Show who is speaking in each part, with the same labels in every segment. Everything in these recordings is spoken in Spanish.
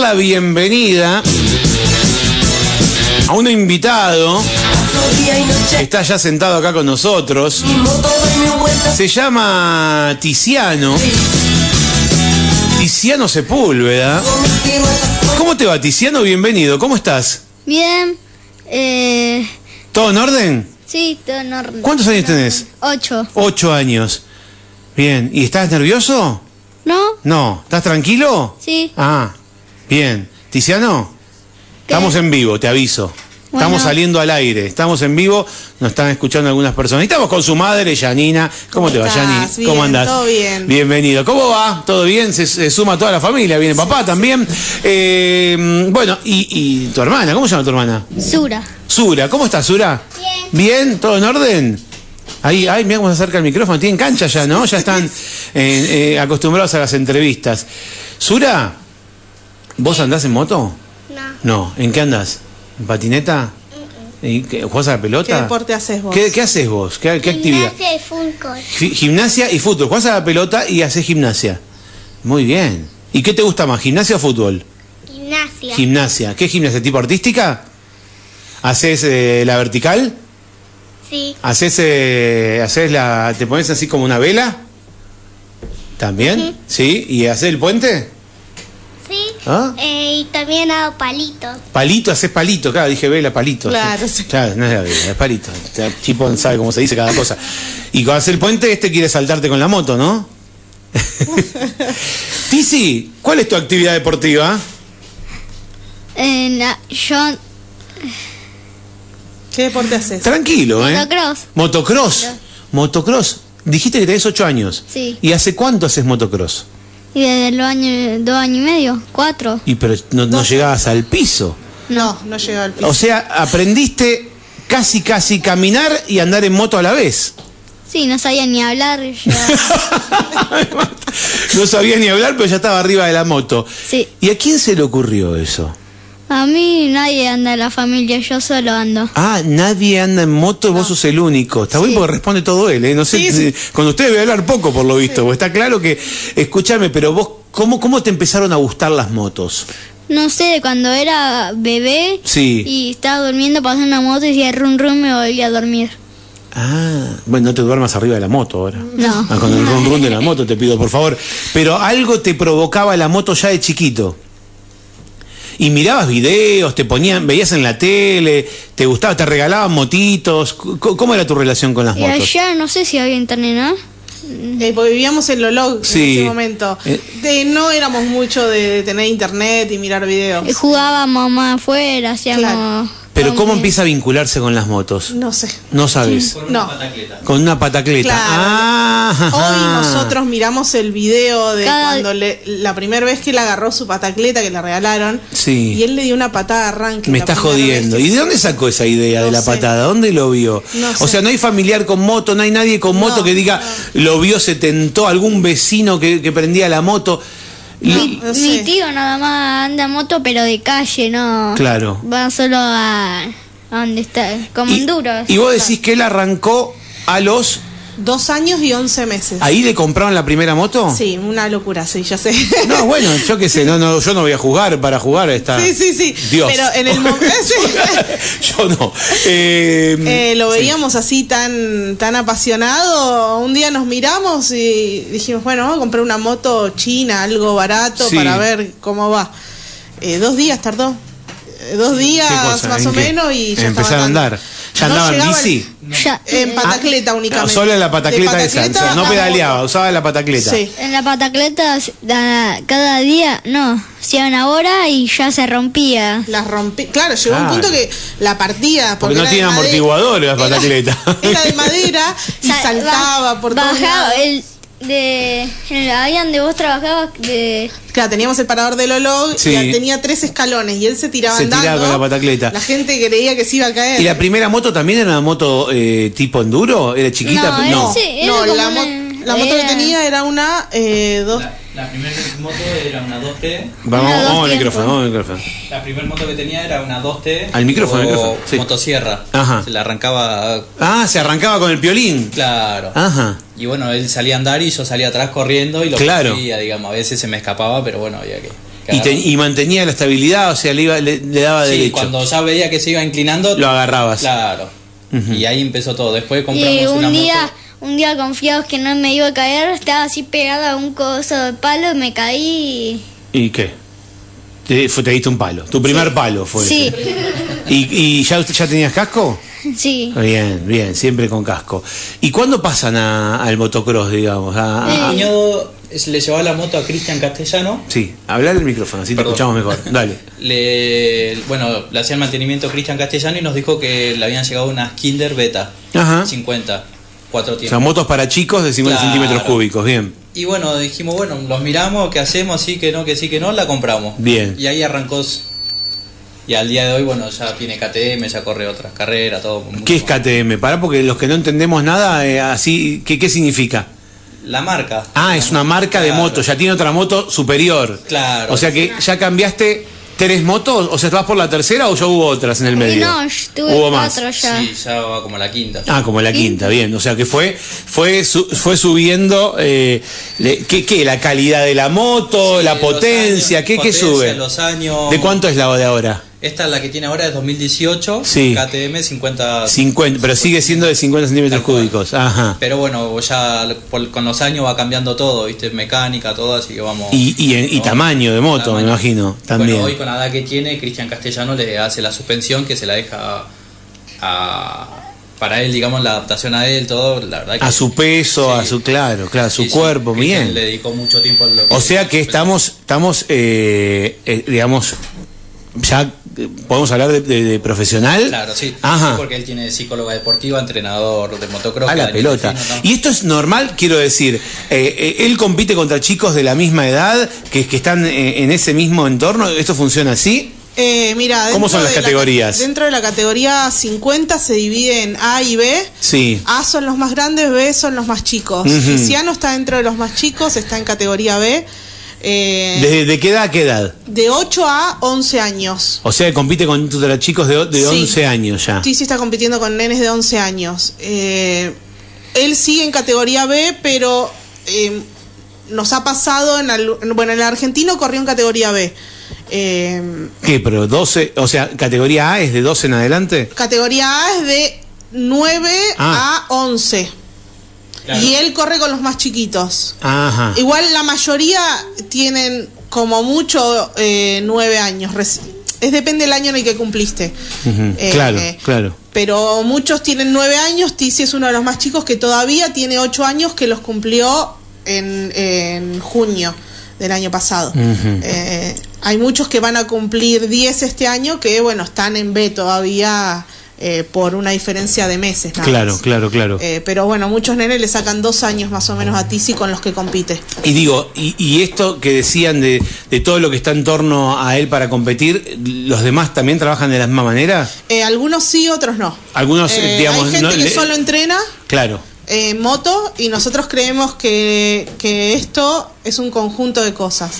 Speaker 1: la bienvenida a un invitado que está ya sentado acá con nosotros. Se llama Tiziano. Tiziano Sepúlveda. ¿Cómo te va, Tiziano? Bienvenido. ¿Cómo estás?
Speaker 2: Bien, eh,
Speaker 1: ¿Todo en orden?
Speaker 2: sí, todo en orden.
Speaker 1: ¿Cuántos años tenés?
Speaker 2: Ocho.
Speaker 1: Ocho años. Bien. ¿Y estás nervioso?
Speaker 2: ¿No?
Speaker 1: No. ¿Estás tranquilo?
Speaker 2: Sí.
Speaker 1: Ah, bien. Tiziano, estamos en vivo, te aviso.
Speaker 2: Bueno.
Speaker 1: Estamos saliendo al aire, estamos en vivo, nos están escuchando algunas personas. Y Estamos con su madre, Yanina. ¿Cómo,
Speaker 3: ¿Cómo
Speaker 1: te va,
Speaker 3: estás?
Speaker 1: Yanina?
Speaker 3: Bien,
Speaker 1: ¿Cómo andás?
Speaker 3: todo bien.
Speaker 1: Bienvenido. ¿Cómo va? ¿Todo bien? Se, se suma toda la familia, viene papá también. Eh, bueno, y, y tu hermana? ¿Cómo se llama tu hermana?
Speaker 2: Sura.
Speaker 1: Sura, ¿cómo estás, Sura? Bien. ¿Todo en orden? Ahí, ay, mira cómo se acerca el micrófono. Tienen cancha ya, ¿no? Ya están eh, eh, acostumbrados a las entrevistas. Sura, ¿vos andás en moto?
Speaker 2: No.
Speaker 1: No. ¿En qué andás? ¿En patineta? ¿Y qué- ¿Jugás a la pelota?
Speaker 3: ¿Qué deporte haces vos?
Speaker 1: ¿Qué, qué haces vos? ¿Qué, qué actividad?
Speaker 2: de fútbol.
Speaker 1: Gi- Gimnasia y fútbol. Jugás a la pelota y haces gimnasia. Muy bien. ¿Y qué te gusta más, gimnasia o fútbol?
Speaker 2: Gimnasia.
Speaker 1: Gimnasia. ¿Qué gimnasia? ¿Tipo artística? ¿Haces eh, la vertical?
Speaker 2: sí.
Speaker 1: ¿Haces, eh, haces la, te pones así como una vela? ¿También? ¿Sí? ¿Y haces el puente?
Speaker 2: Sí. Eh,
Speaker 1: ¿Ah?
Speaker 2: y también hago palitos.
Speaker 1: Palito, haces palito, claro, dije vela, palito.
Speaker 3: Claro, sí.
Speaker 1: Claro, no es la vela, es palito. El Chipón sabe cómo se dice cada cosa. Y cuando haces el puente, este quiere saltarte con la moto, ¿no? Tizi, ¿cuál es tu actividad deportiva?
Speaker 2: yo.
Speaker 1: ¿Eh?
Speaker 3: ¿Qué deporte haces?
Speaker 1: Tranquilo, ¿eh?
Speaker 2: Motocross.
Speaker 1: Motocross. Motocross. Dijiste que tenés ocho años.
Speaker 2: Sí.
Speaker 1: ¿Y hace cuánto haces motocross?
Speaker 2: Y desde los años, dos años y medio, cuatro.
Speaker 1: Y pero no, no llegabas al piso.
Speaker 3: No, no llegó al piso.
Speaker 1: O sea, aprendiste casi, casi caminar y andar en moto a la vez.
Speaker 2: Sí, no sabía ni hablar. yo-
Speaker 1: No sabía ni hablar, pero ya estaba arriba de la moto.
Speaker 2: Sí.
Speaker 1: ¿Y a quién se le ocurrió eso?
Speaker 2: a mí nadie anda en la familia, yo solo ando.
Speaker 1: Ah, nadie anda en moto, vos sos el único. Está bueno porque responde todo él, ¿eh? No sé,
Speaker 3: Sí, sí.
Speaker 1: si- con ustedes voy a hablar poco por lo visto. porque Está claro que, escúchame, pero vos, ¿cómo, ¿cómo te empezaron a gustar las motos?
Speaker 2: No sé, cuando era bebé
Speaker 1: Sí.
Speaker 2: y estaba durmiendo pasó una moto y decía rum rum me volví a dormir.
Speaker 1: Ah, bueno, no te duermas arriba de la moto ahora.
Speaker 2: No.
Speaker 1: Ah, con el run run de la moto te pido, por favor. Pero algo te provocaba la moto ya de chiquito. Y mirabas videos, te ponían, veías en la tele, te gustaba, te regalaban motitos. C- ¿Cómo era tu relación con las
Speaker 2: Y
Speaker 1: motos?
Speaker 2: allá no sé si había internet, ¿no?
Speaker 3: Eh, porque vivíamos en Lolog
Speaker 1: Sí.
Speaker 3: en ese momento.
Speaker 1: Eh.
Speaker 3: De- no éramos mucho de, de tener internet y mirar videos.
Speaker 2: Eh, Jugábamos más afuera, hacíamos...
Speaker 1: Pero ¿cómo
Speaker 2: también.
Speaker 1: empieza a vincularse con las motos?
Speaker 3: No sé.
Speaker 1: No sabes.
Speaker 3: No.
Speaker 1: Con una patacleta.
Speaker 3: Claro.
Speaker 1: Ah,
Speaker 3: Hoy
Speaker 1: ajá.
Speaker 3: nosotros miramos el video de
Speaker 2: Cada-
Speaker 3: cuando le- la primera vez que él agarró su patacleta que le regalaron.
Speaker 1: Sí.
Speaker 3: Y él le dio una patada de arranque.
Speaker 1: Me
Speaker 3: la
Speaker 1: está
Speaker 3: primera
Speaker 1: jodiendo.
Speaker 3: vez que-
Speaker 1: ¿Y de dónde sacó esa idea
Speaker 3: No
Speaker 1: de la
Speaker 3: sé.
Speaker 1: patada? ¿Dónde lo vio?
Speaker 3: No
Speaker 1: O
Speaker 3: sé.
Speaker 1: sea, no hay familiar con moto, no hay nadie con moto
Speaker 3: No,
Speaker 1: que diga, lo vio, se tentó, algún vecino que, que prendía la moto.
Speaker 2: Mi,
Speaker 1: Y-
Speaker 3: No
Speaker 2: mi
Speaker 3: sé.
Speaker 2: tío nada más anda en moto, pero de calle, ¿no?
Speaker 1: Claro.
Speaker 2: Va solo a... a donde está, como
Speaker 1: Y,
Speaker 2: Honduras.
Speaker 1: y vos decís que él arrancó a los...
Speaker 3: Dos años y once meses.
Speaker 1: ¿Ahí le compraron la primera moto?
Speaker 3: Sí, una locura, sí, ya sé.
Speaker 1: No, bueno, yo qué sé, no, no, yo no voy a jugar para jugar esta.
Speaker 3: Sí, sí, sí.
Speaker 1: Dios.
Speaker 3: Pero en el momento.
Speaker 1: yo no. Eh,
Speaker 3: Eh, lo
Speaker 1: sí.
Speaker 3: veíamos así tan tan apasionado. Un día nos miramos y dijimos, bueno, vamos a comprar una moto china, algo barato,
Speaker 1: Sí.
Speaker 3: para ver cómo va. Eh, dos días tardó. Eh, Dos días
Speaker 1: ¿Qué cosa?
Speaker 3: más
Speaker 1: ¿En
Speaker 3: o
Speaker 1: qué?
Speaker 3: menos y ya
Speaker 1: Empezaron
Speaker 3: estaba
Speaker 1: a andar. ¿Ya
Speaker 3: No
Speaker 1: andaban en
Speaker 3: llegaba el-
Speaker 1: bici?
Speaker 2: Ya- eh,
Speaker 3: En patacleta únicamente.
Speaker 1: Ah, solo en la patacleta,
Speaker 3: De
Speaker 1: esa,
Speaker 3: patacleta
Speaker 1: o sea, no
Speaker 3: a
Speaker 1: pedaleaba,
Speaker 3: moto.
Speaker 1: usaba la patacleta.
Speaker 3: Sí.
Speaker 2: En la patacleta s- da- cada día, no, hacía una hora y ya se rompía.
Speaker 3: Las rompí. Claro, llegó
Speaker 1: Claro.
Speaker 3: un punto que la partía.
Speaker 1: Porque no
Speaker 3: era de
Speaker 1: tiene
Speaker 3: madera.
Speaker 1: amortiguadores las
Speaker 3: Era-
Speaker 1: patacletas.
Speaker 3: Era de madera y
Speaker 2: O sea,
Speaker 3: saltaba
Speaker 2: ba-
Speaker 3: por todos
Speaker 2: bajaba
Speaker 3: lados.
Speaker 2: el de en- ahí donde vos trabajabas de
Speaker 3: Claro, teníamos el parador del Lolog
Speaker 1: Sí.
Speaker 3: y tenía tres escalones y él se tiraba
Speaker 1: Se
Speaker 3: andando.
Speaker 1: tiraba con la patacleta.
Speaker 3: La gente creía que se iba a caer.
Speaker 1: ¿Y la primera moto también era una moto eh, tipo enduro? ¿Era chiquita?
Speaker 2: No, era-
Speaker 3: no,
Speaker 2: sí, era
Speaker 3: no,
Speaker 2: como
Speaker 3: la,
Speaker 2: una-
Speaker 3: mo- la moto
Speaker 2: era-
Speaker 3: que tenía era una eh, dos.
Speaker 4: La, la primera moto era una 2T.
Speaker 1: Vamos,
Speaker 2: Una,
Speaker 1: vamos
Speaker 2: dos
Speaker 1: al
Speaker 2: tiempos.
Speaker 1: micrófono, vamos al micrófono.
Speaker 4: La primera moto que tenía era una 2T.
Speaker 1: Al micrófono,
Speaker 4: o
Speaker 1: al micrófono, sí.
Speaker 4: Motosierra.
Speaker 1: Ajá.
Speaker 4: Se la arrancaba.
Speaker 1: Ah, se arrancaba con el piolín.
Speaker 4: Claro.
Speaker 1: Ajá.
Speaker 4: Y bueno, él salía a andar y yo salía atrás corriendo y lo
Speaker 1: Claro.
Speaker 4: perseguía, digamos. A veces se me escapaba, pero bueno, había que.
Speaker 1: Y, te- y mantenía la estabilidad, o sea, le, iba- le, le daba
Speaker 4: sí,
Speaker 1: derecho.
Speaker 4: cuando ya veía que se iba inclinando,
Speaker 1: Lo agarrabas.
Speaker 4: claro. Y ahí empezó todo. Después compramos
Speaker 2: Y
Speaker 4: una
Speaker 2: un día,
Speaker 4: moto.
Speaker 2: un día confiados que no me iba a caer, estaba así pegada a un coso de palo, me caí
Speaker 1: ¿Y qué? Te, fue- te diste un palo. Tu primer palo
Speaker 2: y...
Speaker 1: fue.
Speaker 2: Sí,
Speaker 1: ese. ¿Y, y ya, ya tenías casco?
Speaker 2: sí.
Speaker 1: Bien, bien, siempre con casco. ¿Y cuándo pasan a- al motocross, digamos? A- a- a-
Speaker 2: Eh.
Speaker 4: Añado, es- le llevaba la moto a Cristian Castellano.
Speaker 1: sí, hablar el micrófono, así
Speaker 4: Perdón.
Speaker 1: te escuchamos mejor. Dale.
Speaker 4: Le, bueno, le hacía el mantenimiento Cristian Castellano y nos dijo que le habían llegado unas Kinder Beta
Speaker 1: Ajá.
Speaker 4: 50, cuatro
Speaker 1: O sea,
Speaker 4: tiempos.
Speaker 1: motos para chicos de 50
Speaker 4: Claro.
Speaker 1: centímetros cúbicos, bien.
Speaker 4: Y bueno, dijimos, bueno, los miramos, ¿qué hacemos? Sí, que no, que sí, que no, la compramos.
Speaker 1: Bien.
Speaker 4: Y ahí arrancó. s- Y al día de hoy, bueno, ya tiene KTM, ya corre otras carreras, todo.
Speaker 1: ¿Qué es KTM? Pará, porque los que no entendemos nada, eh, así, ¿qué, ¿qué significa?
Speaker 4: La marca.
Speaker 1: Ah, es una marca de
Speaker 4: Claro.
Speaker 1: moto, ya tiene otra moto superior.
Speaker 4: Claro.
Speaker 1: O sea que ya cambiaste tres motos, o sea, ¿vas por la tercera o ya hubo otras en el medio?
Speaker 2: Eh, No, yo tuve
Speaker 1: Hubo más.
Speaker 2: cuatro ya.
Speaker 4: Sí, ya va como la quinta.
Speaker 1: Ah, como la quinta, bien. O sea que fue, fue, su- fue subiendo, eh, le- ¿qué, qué? ¿La calidad de la moto?
Speaker 4: Sí,
Speaker 1: oh, ¿La
Speaker 4: los
Speaker 1: potencia?
Speaker 4: años,
Speaker 1: ¿Qué, qué
Speaker 4: potencia,
Speaker 1: sube?
Speaker 4: los años.
Speaker 1: ¿De cuánto es la de ahora?
Speaker 4: Esta la que tiene ahora es 2018.
Speaker 1: Sí.
Speaker 4: KTM 50.
Speaker 1: 50, pero sigue siendo de 50 centímetros
Speaker 4: Tal cual.
Speaker 1: cúbicos. Ajá.
Speaker 4: Pero bueno, ya por- con los años va cambiando todo, ¿viste? Mecánica, todo, así que vamos.
Speaker 1: Y, y, y
Speaker 4: ¿no?
Speaker 1: tamaño de moto,
Speaker 4: Tamaño.
Speaker 1: me imagino, también.
Speaker 4: Bueno, hoy con la edad que tiene, Cristian Castellano le hace la suspensión que se la deja a, a- para él, digamos, la adaptación a él, todo, la verdad que-
Speaker 1: a su peso,
Speaker 4: Sí.
Speaker 1: a su, claro, claro, a su
Speaker 4: Sí, sí,
Speaker 1: cuerpo,
Speaker 4: Cristian
Speaker 1: bien.
Speaker 4: Le dedicó mucho tiempo a lo
Speaker 1: O sea que estamos, estamos eh, eh, digamos, ya eh, podemos hablar de, de- de profesional.
Speaker 4: Claro, sí.
Speaker 1: Ajá.
Speaker 4: Sí, Porque él tiene psicóloga deportiva, entrenador de motocross.
Speaker 1: a la
Speaker 4: Daniel
Speaker 1: pelota.
Speaker 4: Delfino, ¿no?
Speaker 1: Y esto es normal, quiero decir, eh, eh, él compite contra chicos de la misma edad, que, que están eh, en ese mismo entorno, esto funciona así.
Speaker 3: Eh, mira,
Speaker 1: ¿Cómo
Speaker 3: dentro
Speaker 1: son las
Speaker 3: de la-
Speaker 1: categorías?
Speaker 3: dentro de la categoría 50 se divide en A y B.
Speaker 1: Sí.
Speaker 4: Ah,
Speaker 3: A son los más grandes, B son los más chicos.
Speaker 1: Ujú.
Speaker 3: Tiziano está dentro de los más chicos, está en categoría B. eh,
Speaker 1: ¿Desde de qué edad a qué edad?
Speaker 3: de 8 a 11 años.
Speaker 1: O sea, compite contra chicos de, o- de
Speaker 3: Sí.
Speaker 1: 11 años ya.
Speaker 3: Tizi está compitiendo con nenes de 11 años. Eh, él sigue en categoría B, pero eh, nos ha pasado, en al- bueno, el argentino corrió en categoría B. Eh,
Speaker 1: ¿Qué? Pero 12, o sea, categoría A es de 12 en adelante.
Speaker 3: Categoría A es de 9
Speaker 1: Ah.
Speaker 3: a 11.
Speaker 4: Claro.
Speaker 3: Y él corre con los más chiquitos.
Speaker 1: Ajá.
Speaker 3: Igual la mayoría tienen como mucho eh, 9 años. reci- Es depende del año en el que cumpliste.
Speaker 1: Ujú,
Speaker 3: Eh,
Speaker 1: claro,
Speaker 3: eh,
Speaker 1: claro.
Speaker 3: Pero muchos tienen 9 años. Tizi es uno de los más chicos que todavía tiene 8 años que los cumplió en, en junio del año pasado.
Speaker 1: Ujú.
Speaker 3: Eh, hay muchos que van a cumplir 10 este año que, bueno, están en B todavía eh, por una diferencia de meses. nada
Speaker 1: Claro,
Speaker 3: más.
Speaker 1: claro, claro.
Speaker 3: Eh, pero bueno, muchos nenes le sacan dos años más o menos a Tizi con los que compite.
Speaker 1: Y digo, y, y esto que decían de, de todo lo que está en torno a él para competir, ¿los demás también trabajan de la misma manera?
Speaker 3: Eh, algunos sí, otros no.
Speaker 1: Algunos,
Speaker 3: Eh,
Speaker 1: digamos,
Speaker 3: hay gente
Speaker 1: no
Speaker 3: que
Speaker 1: le-
Speaker 3: solo entrena
Speaker 1: Claro.
Speaker 3: eh, moto y nosotros creemos que, que esto es un conjunto de cosas.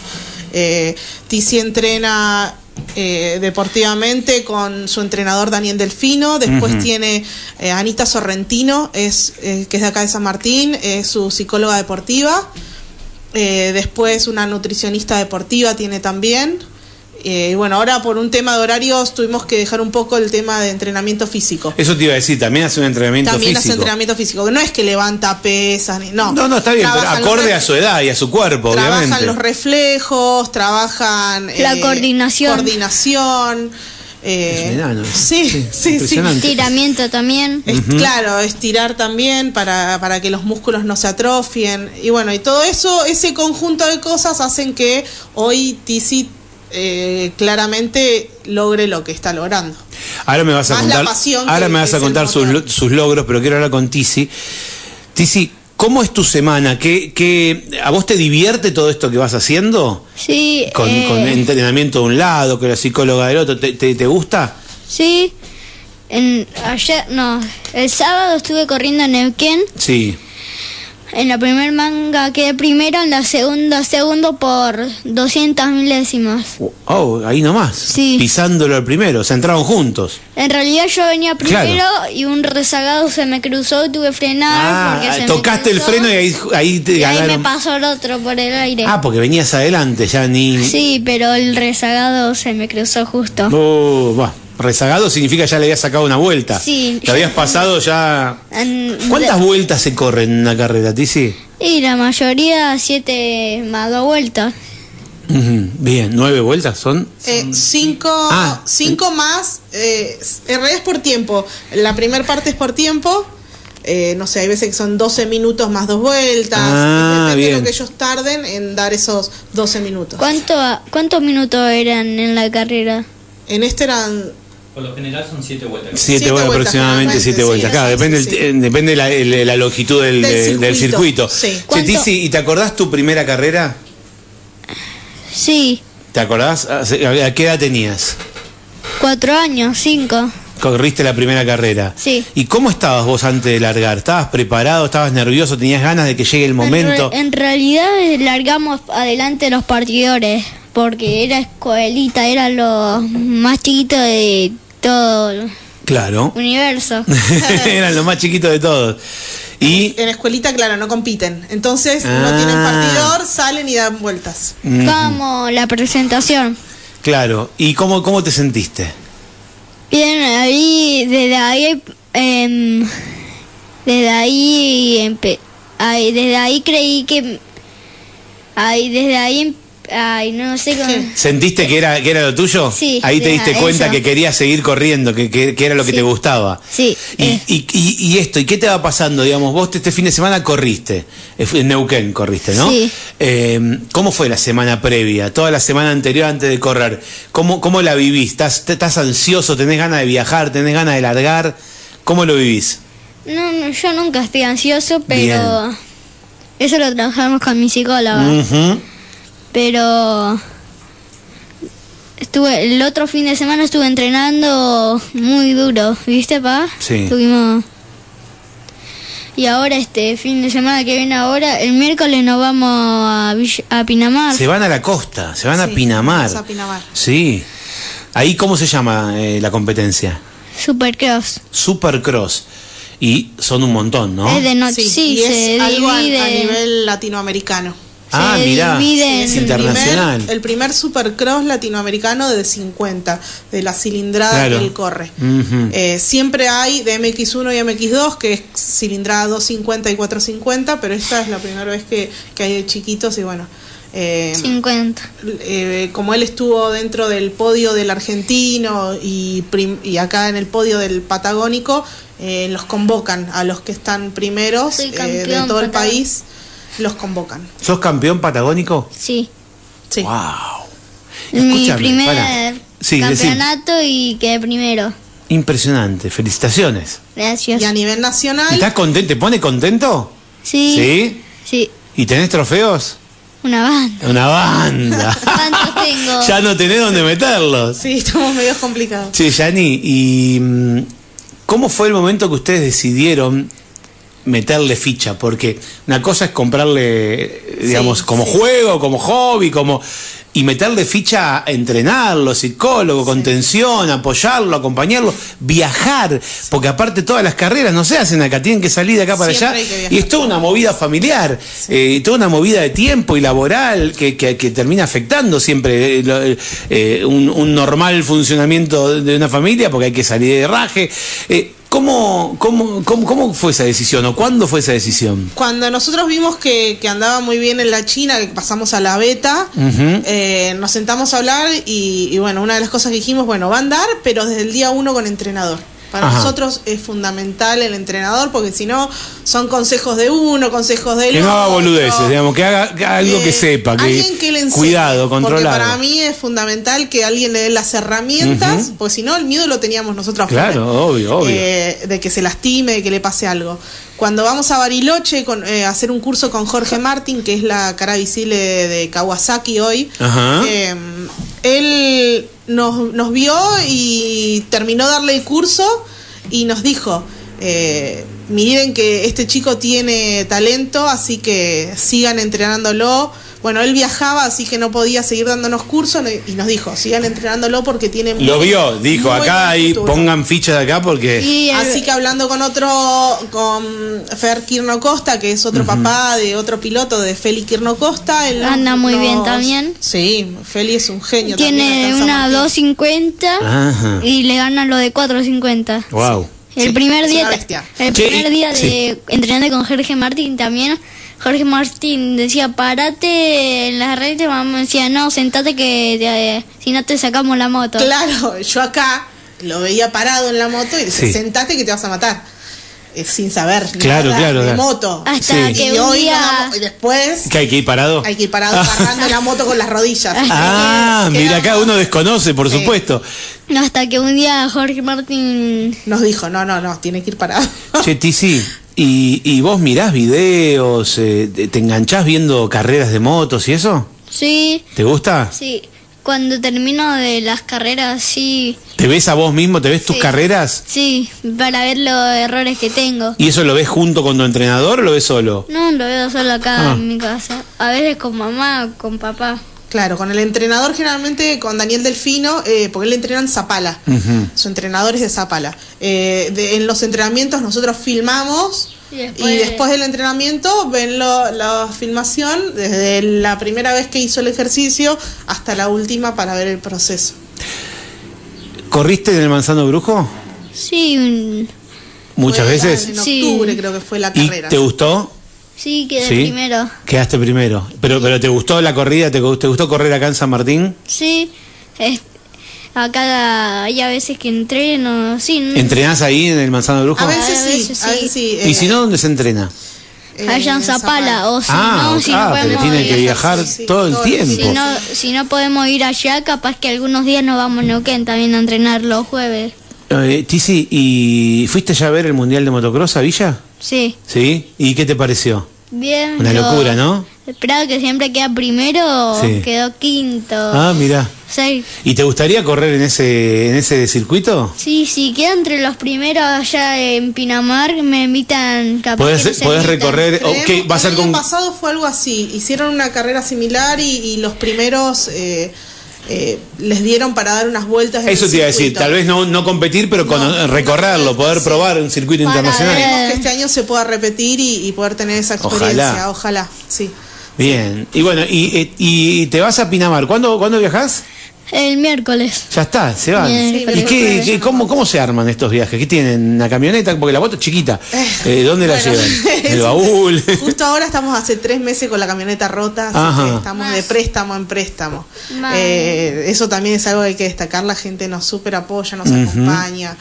Speaker 3: Eh, Tizi entrena eh, deportivamente con su entrenador Daniel Delfino, después
Speaker 1: Ujú.
Speaker 3: tiene eh, Anita Sorrentino, es, eh, que es de acá de San Martín, es su psicóloga deportiva, Eh, después una nutricionista deportiva tiene también. Eh, y bueno, ahora por un tema de horarios tuvimos que dejar un poco el tema de entrenamiento físico.
Speaker 1: Eso te iba a decir, también hace un entrenamiento
Speaker 3: También hace
Speaker 1: físico.
Speaker 3: entrenamiento físico. que No es que levanta pesas, ni, no.
Speaker 1: No, no, está bien, pero
Speaker 3: Trabajan
Speaker 1: acorde
Speaker 3: los
Speaker 1: a su edad y a su cuerpo,
Speaker 3: Trabajan
Speaker 1: obviamente.
Speaker 3: los reflejos, trabajan. eh,
Speaker 2: La coordinación.
Speaker 3: Coordinación. eh,
Speaker 1: Es un enano. Sí,
Speaker 3: Sí, sí, sí.
Speaker 1: impresionante.
Speaker 2: Estiramiento también.
Speaker 3: Es- Claro, estirar también para, para que los músculos no se atrofien. Y bueno, y todo eso, ese conjunto de cosas hacen que hoy Tizi eh, claramente logre lo que está logrando.
Speaker 1: Ahora me vas a
Speaker 3: Más la
Speaker 1: contar,
Speaker 3: pasión
Speaker 1: ahora
Speaker 3: que-
Speaker 1: me
Speaker 3: que
Speaker 1: vas a
Speaker 3: es el
Speaker 1: contar sus,
Speaker 3: motor.
Speaker 1: lo- sus logros, pero quiero hablar con Tizi. Tizi, ¿cómo es tu semana? ¿Qué, qué, ¿A vos te divierte todo esto que vas haciendo?
Speaker 2: Sí,
Speaker 1: Con,
Speaker 2: eh,
Speaker 1: con entrenamiento de un lado, con la psicóloga del otro, ¿te, te, te gusta?
Speaker 2: sí. En, ayer, no, el sábado estuve corriendo en Neuquén.
Speaker 1: Sí.
Speaker 2: En la primer manga quedé primero, en la segunda segundo por 200 milésimas.
Speaker 1: Oh, ahí nomás.
Speaker 2: Sí.
Speaker 1: Pisándolo al primero. Se entraron juntos.
Speaker 2: En realidad yo venía
Speaker 1: Claro.
Speaker 2: primero y un rezagado se me cruzó y tuve que frenar Ah, porque se me
Speaker 1: Ah, tocaste el
Speaker 2: cruzó,
Speaker 1: freno y ahí, ahí te
Speaker 2: y ahí
Speaker 1: ganaron.
Speaker 2: me pasó el otro por el aire.
Speaker 1: ah, porque venías adelante ya ni.
Speaker 2: Sí, pero el rezagado se me cruzó justo.
Speaker 1: Oh, va. Rezagado significa ya le habías sacado una vuelta.
Speaker 2: Sí.
Speaker 1: Te habías pasado ya.
Speaker 2: En-
Speaker 1: ¿Cuántas vueltas se corren en una carrera, Tizi?
Speaker 2: Y la mayoría siete más dos vueltas.
Speaker 1: Ujú, Bien, nueve vueltas son.
Speaker 3: Eh, cinco,
Speaker 1: Ah.
Speaker 3: cinco más, eh, en realidad es por tiempo. La primera parte es por tiempo. eh, no sé, hay veces que son 12 minutos más dos vueltas.
Speaker 1: Ah,
Speaker 3: depende de
Speaker 1: bien.
Speaker 3: lo que ellos tarden en dar esos 12 minutos.
Speaker 2: ¿Cuánto, ¿Cuántos minutos eran en la carrera?
Speaker 3: En este eran.
Speaker 4: Por lo general son siete vueltas.
Speaker 1: Siete,
Speaker 3: Siete
Speaker 1: vueltas,
Speaker 3: vueltas,
Speaker 1: aproximadamente,
Speaker 3: generalmente,
Speaker 1: siete
Speaker 3: sí,
Speaker 1: vueltas. Claro,
Speaker 3: sí,
Speaker 1: depende,
Speaker 3: sí,
Speaker 1: el- eh, depende la, el- la longitud del,
Speaker 3: Del
Speaker 1: del- del circuito.
Speaker 3: circuito, sí.
Speaker 1: Che,
Speaker 2: ¿Cuánto?
Speaker 1: Tizi, ¿y te acordás tu primera carrera?
Speaker 2: Sí,
Speaker 1: ¿Te acordás? Hace- ¿A a qué edad tenías?
Speaker 2: cuatro años, cinco.
Speaker 1: Corriste la primera carrera.
Speaker 2: Sí.
Speaker 1: ¿Y cómo estabas vos antes de largar? ¿Estabas preparado? ¿Estabas nervioso? ¿Tenías ganas de que llegue el momento?
Speaker 2: En, re- en realidad eh, largamos adelante los partidores porque era escuelita, era lo más chiquito de todo el
Speaker 1: Claro.
Speaker 2: universo.
Speaker 1: Eran los más chiquitos de todos. Y.
Speaker 3: En escuelita, claro, no compiten. Entonces no
Speaker 1: Ah.
Speaker 3: tienen partidor, salen y dan vueltas.
Speaker 1: mm,
Speaker 2: Como la presentación.
Speaker 1: Claro. ¿Y cómo, cómo te sentiste?
Speaker 2: Bien, ahí, desde ahí, em, desde ahí, empe- ahí, desde ahí creí que, ahí, desde ahí, em- ay, no sé cómo.
Speaker 1: ¿Sentiste que era, que era lo tuyo?
Speaker 2: Sí,
Speaker 1: Ahí te
Speaker 2: era
Speaker 1: diste cuenta
Speaker 2: eso.
Speaker 1: que querías seguir corriendo, que, que- que era lo que
Speaker 2: Sí.
Speaker 1: te gustaba.
Speaker 2: Sí,
Speaker 1: Y,
Speaker 2: eh.
Speaker 1: y- y- y esto, ¿y qué te va pasando? Digamos, vos este fin de semana corriste, eh, en Neuquén corriste, ¿no?
Speaker 2: Sí.
Speaker 1: Eh, ¿Cómo fue la semana previa? Toda la semana anterior antes de correr. ¿Cómo, cómo la vivís? ¿Estás, te- estás ansioso? ¿Tenés ganas de viajar? ¿Tenés ganas de largar? ¿Cómo lo vivís?
Speaker 2: No, no, yo nunca estoy ansioso, pero
Speaker 1: Bien. Mm.
Speaker 2: eso lo trabajamos con mi psicóloga.
Speaker 1: Ujú.
Speaker 2: Pero estuve el otro fin de semana estuve entrenando muy duro, ¿viste, pa?
Speaker 1: Sí.
Speaker 2: Tuvimos y ahora este fin de semana que viene ahora, el miércoles nos vamos a, Villa- a Pinamar.
Speaker 1: Se van a la costa, se van a
Speaker 3: Sí,
Speaker 1: Pinamar.
Speaker 3: vamos a Pinamar.
Speaker 1: Sí. Ahí, ¿cómo se llama eh, la competencia?
Speaker 2: Supercross.
Speaker 1: Supercross. Y son un montón, ¿no?
Speaker 2: Es de noche, sí,
Speaker 3: y es
Speaker 2: se
Speaker 3: algo a-
Speaker 2: divide.
Speaker 3: a nivel latinoamericano.
Speaker 1: ah,
Speaker 2: se
Speaker 1: mirá,
Speaker 2: divide
Speaker 1: es
Speaker 2: en-
Speaker 1: internacional.
Speaker 3: Primer- el primer supercross latinoamericano de 50, de la cilindrada
Speaker 1: Claro. Mm.
Speaker 3: que él corre.
Speaker 1: Ujú.
Speaker 3: Eh, siempre hay de MX1 y MX2, que es cilindrada 250 y 450, pero esta es la primera vez que, que hay de chiquitos y bueno. eh,
Speaker 2: 50.
Speaker 3: eh, como él estuvo dentro del podio del argentino y, prim- y acá en el podio del patagónico, eh, los convocan a los que están primeros
Speaker 2: Soy
Speaker 3: eh, de
Speaker 2: campeón
Speaker 3: todo el
Speaker 2: patagónico.
Speaker 3: país, los convocan.
Speaker 1: ¿Sos campeón patagónico?
Speaker 2: Sí.
Speaker 3: Sí.
Speaker 1: ¡Wow!
Speaker 2: Mi
Speaker 1: Escúchame,
Speaker 2: primer
Speaker 1: pará. Sí, decime.
Speaker 2: campeonato y quedé primero.
Speaker 1: Impresionante, felicitaciones.
Speaker 2: Gracias.
Speaker 3: Y a nivel nacional,
Speaker 1: ¿Estás contento? ¿Te pone contento?
Speaker 2: Sí.
Speaker 1: ¿Sí?
Speaker 2: Sí,
Speaker 1: ¿Y tenés trofeos?
Speaker 2: una banda.
Speaker 1: Una banda.
Speaker 2: ¿Cuántos tengo?
Speaker 1: ya no tenés dónde meterlos.
Speaker 3: sí, estamos medio complicados.
Speaker 1: Che, Yani, ¿y mm, cómo fue el momento que ustedes decidieron meterle ficha? Porque una cosa es comprarle, eh, digamos,
Speaker 3: Sí,
Speaker 1: como
Speaker 3: sí.
Speaker 1: juego, como hobby, como y meterle ficha a entrenarlo, psicólogo, contención, apoyarlo, acompañarlo, viajar, porque aparte todas las carreras no se hacen acá, tienen que salir de acá para allá.
Speaker 3: Siempre hay que viajar.
Speaker 1: Y es toda una movida familiar, eh, toda una movida de tiempo y laboral que, que- que termina afectando siempre eh, lo- eh, un, un normal funcionamiento de una familia porque hay que salir de raje. Eh, ¿cómo, cómo, cómo, cómo fue esa decisión o cuándo fue esa decisión?
Speaker 3: Cuando nosotros vimos que, que andaba muy bien en la China, que pasamos a la beta,
Speaker 1: Ujú.
Speaker 3: eh, nos sentamos a hablar y, y bueno, una de las cosas que dijimos, bueno, va a andar, pero desde el día uno con entrenador. Para
Speaker 1: Ajá.
Speaker 3: nosotros es fundamental el entrenador porque si no son consejos de uno, consejos del
Speaker 1: Que no haga
Speaker 3: otro.
Speaker 1: boludeces, digamos, que haga que haga algo
Speaker 3: Eh,
Speaker 1: que sepa, que,
Speaker 3: alguien que le enseñe,
Speaker 1: cuidado,
Speaker 3: Porque para
Speaker 1: controlado.
Speaker 3: mí es fundamental que alguien le dé las herramientas, porque si no el miedo lo teníamos nosotros. afuera.
Speaker 1: Claro, obvio, obvio.
Speaker 3: Eh, de que se lastime, de que le pase algo. Cuando vamos a Bariloche con, eh, a hacer un curso con Jorge Martín, que es la cara visible de, de Kawasaki hoy,
Speaker 1: Ajá.
Speaker 3: eh, él nos, nos vio y terminó de darle el curso y nos dijo, eh, miren que este chico tiene talento, así que sigan entrenándolo. Bueno, él viajaba, así que no podía seguir dándonos cursos no- y nos dijo, sigan entrenándolo porque tiene...
Speaker 1: Lo
Speaker 3: muy-
Speaker 1: vio, dijo,
Speaker 3: muy
Speaker 1: acá
Speaker 3: buen
Speaker 1: ahí,
Speaker 3: futuro".
Speaker 1: pongan fichas acá porque...
Speaker 2: Y el-
Speaker 3: Así que hablando con otro, con Fer Quirno Costa, que es otro papá de otro piloto de Feli Quirno Costa. él
Speaker 2: Anda muy bien también.
Speaker 3: Sí, Feli es un genio
Speaker 2: tiene
Speaker 3: también. acá en San
Speaker 2: una
Speaker 3: Martín.
Speaker 2: 250
Speaker 1: Ajá.
Speaker 2: y le gana lo de 450.
Speaker 1: Wow.
Speaker 2: El
Speaker 3: Sí,
Speaker 2: primer
Speaker 3: es
Speaker 2: día,
Speaker 3: una bestia.
Speaker 2: el
Speaker 1: Sí,
Speaker 2: primer día
Speaker 1: sí.
Speaker 2: de entrenando con Jorge Martín también. Jorge Martín decía, parate en la red, y mamá decía, no, sentate que te- si no te sacamos la moto.
Speaker 3: Claro, yo acá lo veía parado en la moto y dije,
Speaker 1: Sí.
Speaker 3: sentate que te vas a matar. Eh, sin saber
Speaker 1: Claro,
Speaker 3: nada
Speaker 1: claro,
Speaker 3: de
Speaker 1: claro.
Speaker 3: moto.
Speaker 2: Hasta
Speaker 1: Sí.
Speaker 3: Y
Speaker 2: que un
Speaker 3: hoy
Speaker 2: día...
Speaker 3: nada más- y después
Speaker 1: ¿Que hay que ir parado?
Speaker 3: hay que ir parado agarrando la moto con las rodillas.
Speaker 1: Ah,
Speaker 3: Quedamos-
Speaker 1: mira, acá uno desconoce, por
Speaker 3: Sí.
Speaker 1: supuesto.
Speaker 2: No, hasta que un día Jorge Martín...
Speaker 3: Nos dijo, no, no, no, tiene que ir parado.
Speaker 1: Che, Tizi, ¿y, y vos mirás videos? eh, te- ¿Te enganchás viendo carreras de motos y eso?
Speaker 2: Sí,
Speaker 1: ¿Te gusta?
Speaker 2: sí. Cuando termino de las carreras, sí,
Speaker 1: ¿Te ves a vos mismo? ¿Te ves tus
Speaker 2: Sí.
Speaker 1: carreras?
Speaker 2: sí, para ver los errores que tengo.
Speaker 1: ¿Y eso lo ves junto con tu entrenador o lo ves solo?
Speaker 2: No, lo veo solo acá
Speaker 1: Ah.
Speaker 2: en mi casa. A veces con mamá, con papá.
Speaker 3: Claro, con el entrenador generalmente, con Daniel Delfino, eh, porque él entrena en Zapala.
Speaker 1: Ujú.
Speaker 3: Su entrenador es de Zapala. Eh, de- en los entrenamientos nosotros filmamos
Speaker 2: Y
Speaker 3: y
Speaker 2: después-
Speaker 3: después, del entrenamiento ven lo- la filmación desde la primera vez que hizo el ejercicio hasta la última para ver el proceso.
Speaker 1: ¿Corriste en el Manzano Brujo?
Speaker 2: Sí, un-
Speaker 1: Muchas
Speaker 3: Fue
Speaker 1: veces.
Speaker 3: En
Speaker 2: Sí.
Speaker 3: octubre creo que fue la
Speaker 1: ¿Y
Speaker 3: carrera.
Speaker 1: te gustó?
Speaker 2: sí, quedé
Speaker 1: Sí.
Speaker 2: primero.
Speaker 1: Quedaste primero. Pero, pero ¿te gustó la corrida? ¿Te, gu- te gustó correr acá en San Martín?
Speaker 2: Sí, es- acá hay a veces que entreno, sí. no-
Speaker 1: ¿Entrenás ahí en el Manzano Brujo?
Speaker 3: Mm. a veces
Speaker 2: A
Speaker 3: sí,
Speaker 2: veces
Speaker 3: a veces
Speaker 2: sí.
Speaker 3: sí.
Speaker 1: ¿Y
Speaker 3: eh,
Speaker 1: si no, dónde se entrena?
Speaker 3: eh,
Speaker 2: allá en Zapala, o si
Speaker 1: ah,
Speaker 2: no, si
Speaker 1: ah,
Speaker 2: no
Speaker 1: pero
Speaker 2: podemos
Speaker 1: tiene que
Speaker 2: ir-
Speaker 1: viajar
Speaker 3: sí, sí,
Speaker 1: todo el
Speaker 3: todo el
Speaker 1: tiempo.
Speaker 2: Si no, si no podemos ir allá, capaz que algunos días nos vamos a Neuquén también a entrenar los jueves.
Speaker 1: Eh, Tizi, ¿y fuiste ya a ver el Mundial de Motocross a Villa?
Speaker 2: Sí,
Speaker 1: ¿Sí? ¿Y qué te pareció?
Speaker 2: bien.
Speaker 1: Una
Speaker 2: lo-
Speaker 1: locura, ¿no?
Speaker 2: Esperaba que siempre queda primero,
Speaker 1: Sí.
Speaker 2: quedó quinto.
Speaker 1: Ah, mira.
Speaker 2: Sí,
Speaker 1: ¿Y te gustaría correr en ese, en ese circuito?
Speaker 2: sí, sí, queda entre los primeros allá en Pinamar, me invitan capaz
Speaker 1: Podés-
Speaker 2: que nos
Speaker 1: podés
Speaker 2: invitan.
Speaker 1: recorrer-
Speaker 3: Creemos
Speaker 1: Ok, va a
Speaker 3: que
Speaker 1: ser
Speaker 3: el
Speaker 1: con-
Speaker 3: año pasado fue algo así. Hicieron una carrera similar y, y los primeros eh, eh, les dieron para dar unas vueltas. en
Speaker 1: Eso
Speaker 3: el
Speaker 1: te iba a decir,
Speaker 3: circuito.
Speaker 1: tal vez no, no competir, pero con-
Speaker 3: No,
Speaker 1: recorrerlo,
Speaker 3: no,
Speaker 1: poder
Speaker 3: sí.
Speaker 1: probar un circuito
Speaker 2: Para
Speaker 1: internacional.
Speaker 2: ver.
Speaker 3: Esperemos que este año se pueda repetir y, y poder tener esa experiencia.
Speaker 1: Ojalá.
Speaker 3: Ojalá, sí.
Speaker 1: Bien. Y bueno, y, eh, y te vas a Pinamar. ¿Cuándo, ¿cuándo viajás?
Speaker 2: El miércoles.
Speaker 1: Ya está, se van.
Speaker 2: Bien,
Speaker 1: ¿Y
Speaker 2: pero-
Speaker 1: qué, qué- cómo, cómo se arman estos viajes? ¿Qué tienen? ¿Una camioneta? Porque la moto es chiquita. Eh, ¿Dónde la
Speaker 3: Bueno,
Speaker 1: llevan? ¿El baúl?
Speaker 3: Justo ahora estamos hace tres meses con la camioneta rota, así
Speaker 1: Ajá.
Speaker 3: que estamos de préstamo en préstamo.
Speaker 2: Mal.
Speaker 3: Eh, eso también es algo que hay que destacar, la gente nos super apoya, nos
Speaker 1: Ujú.
Speaker 3: acompaña.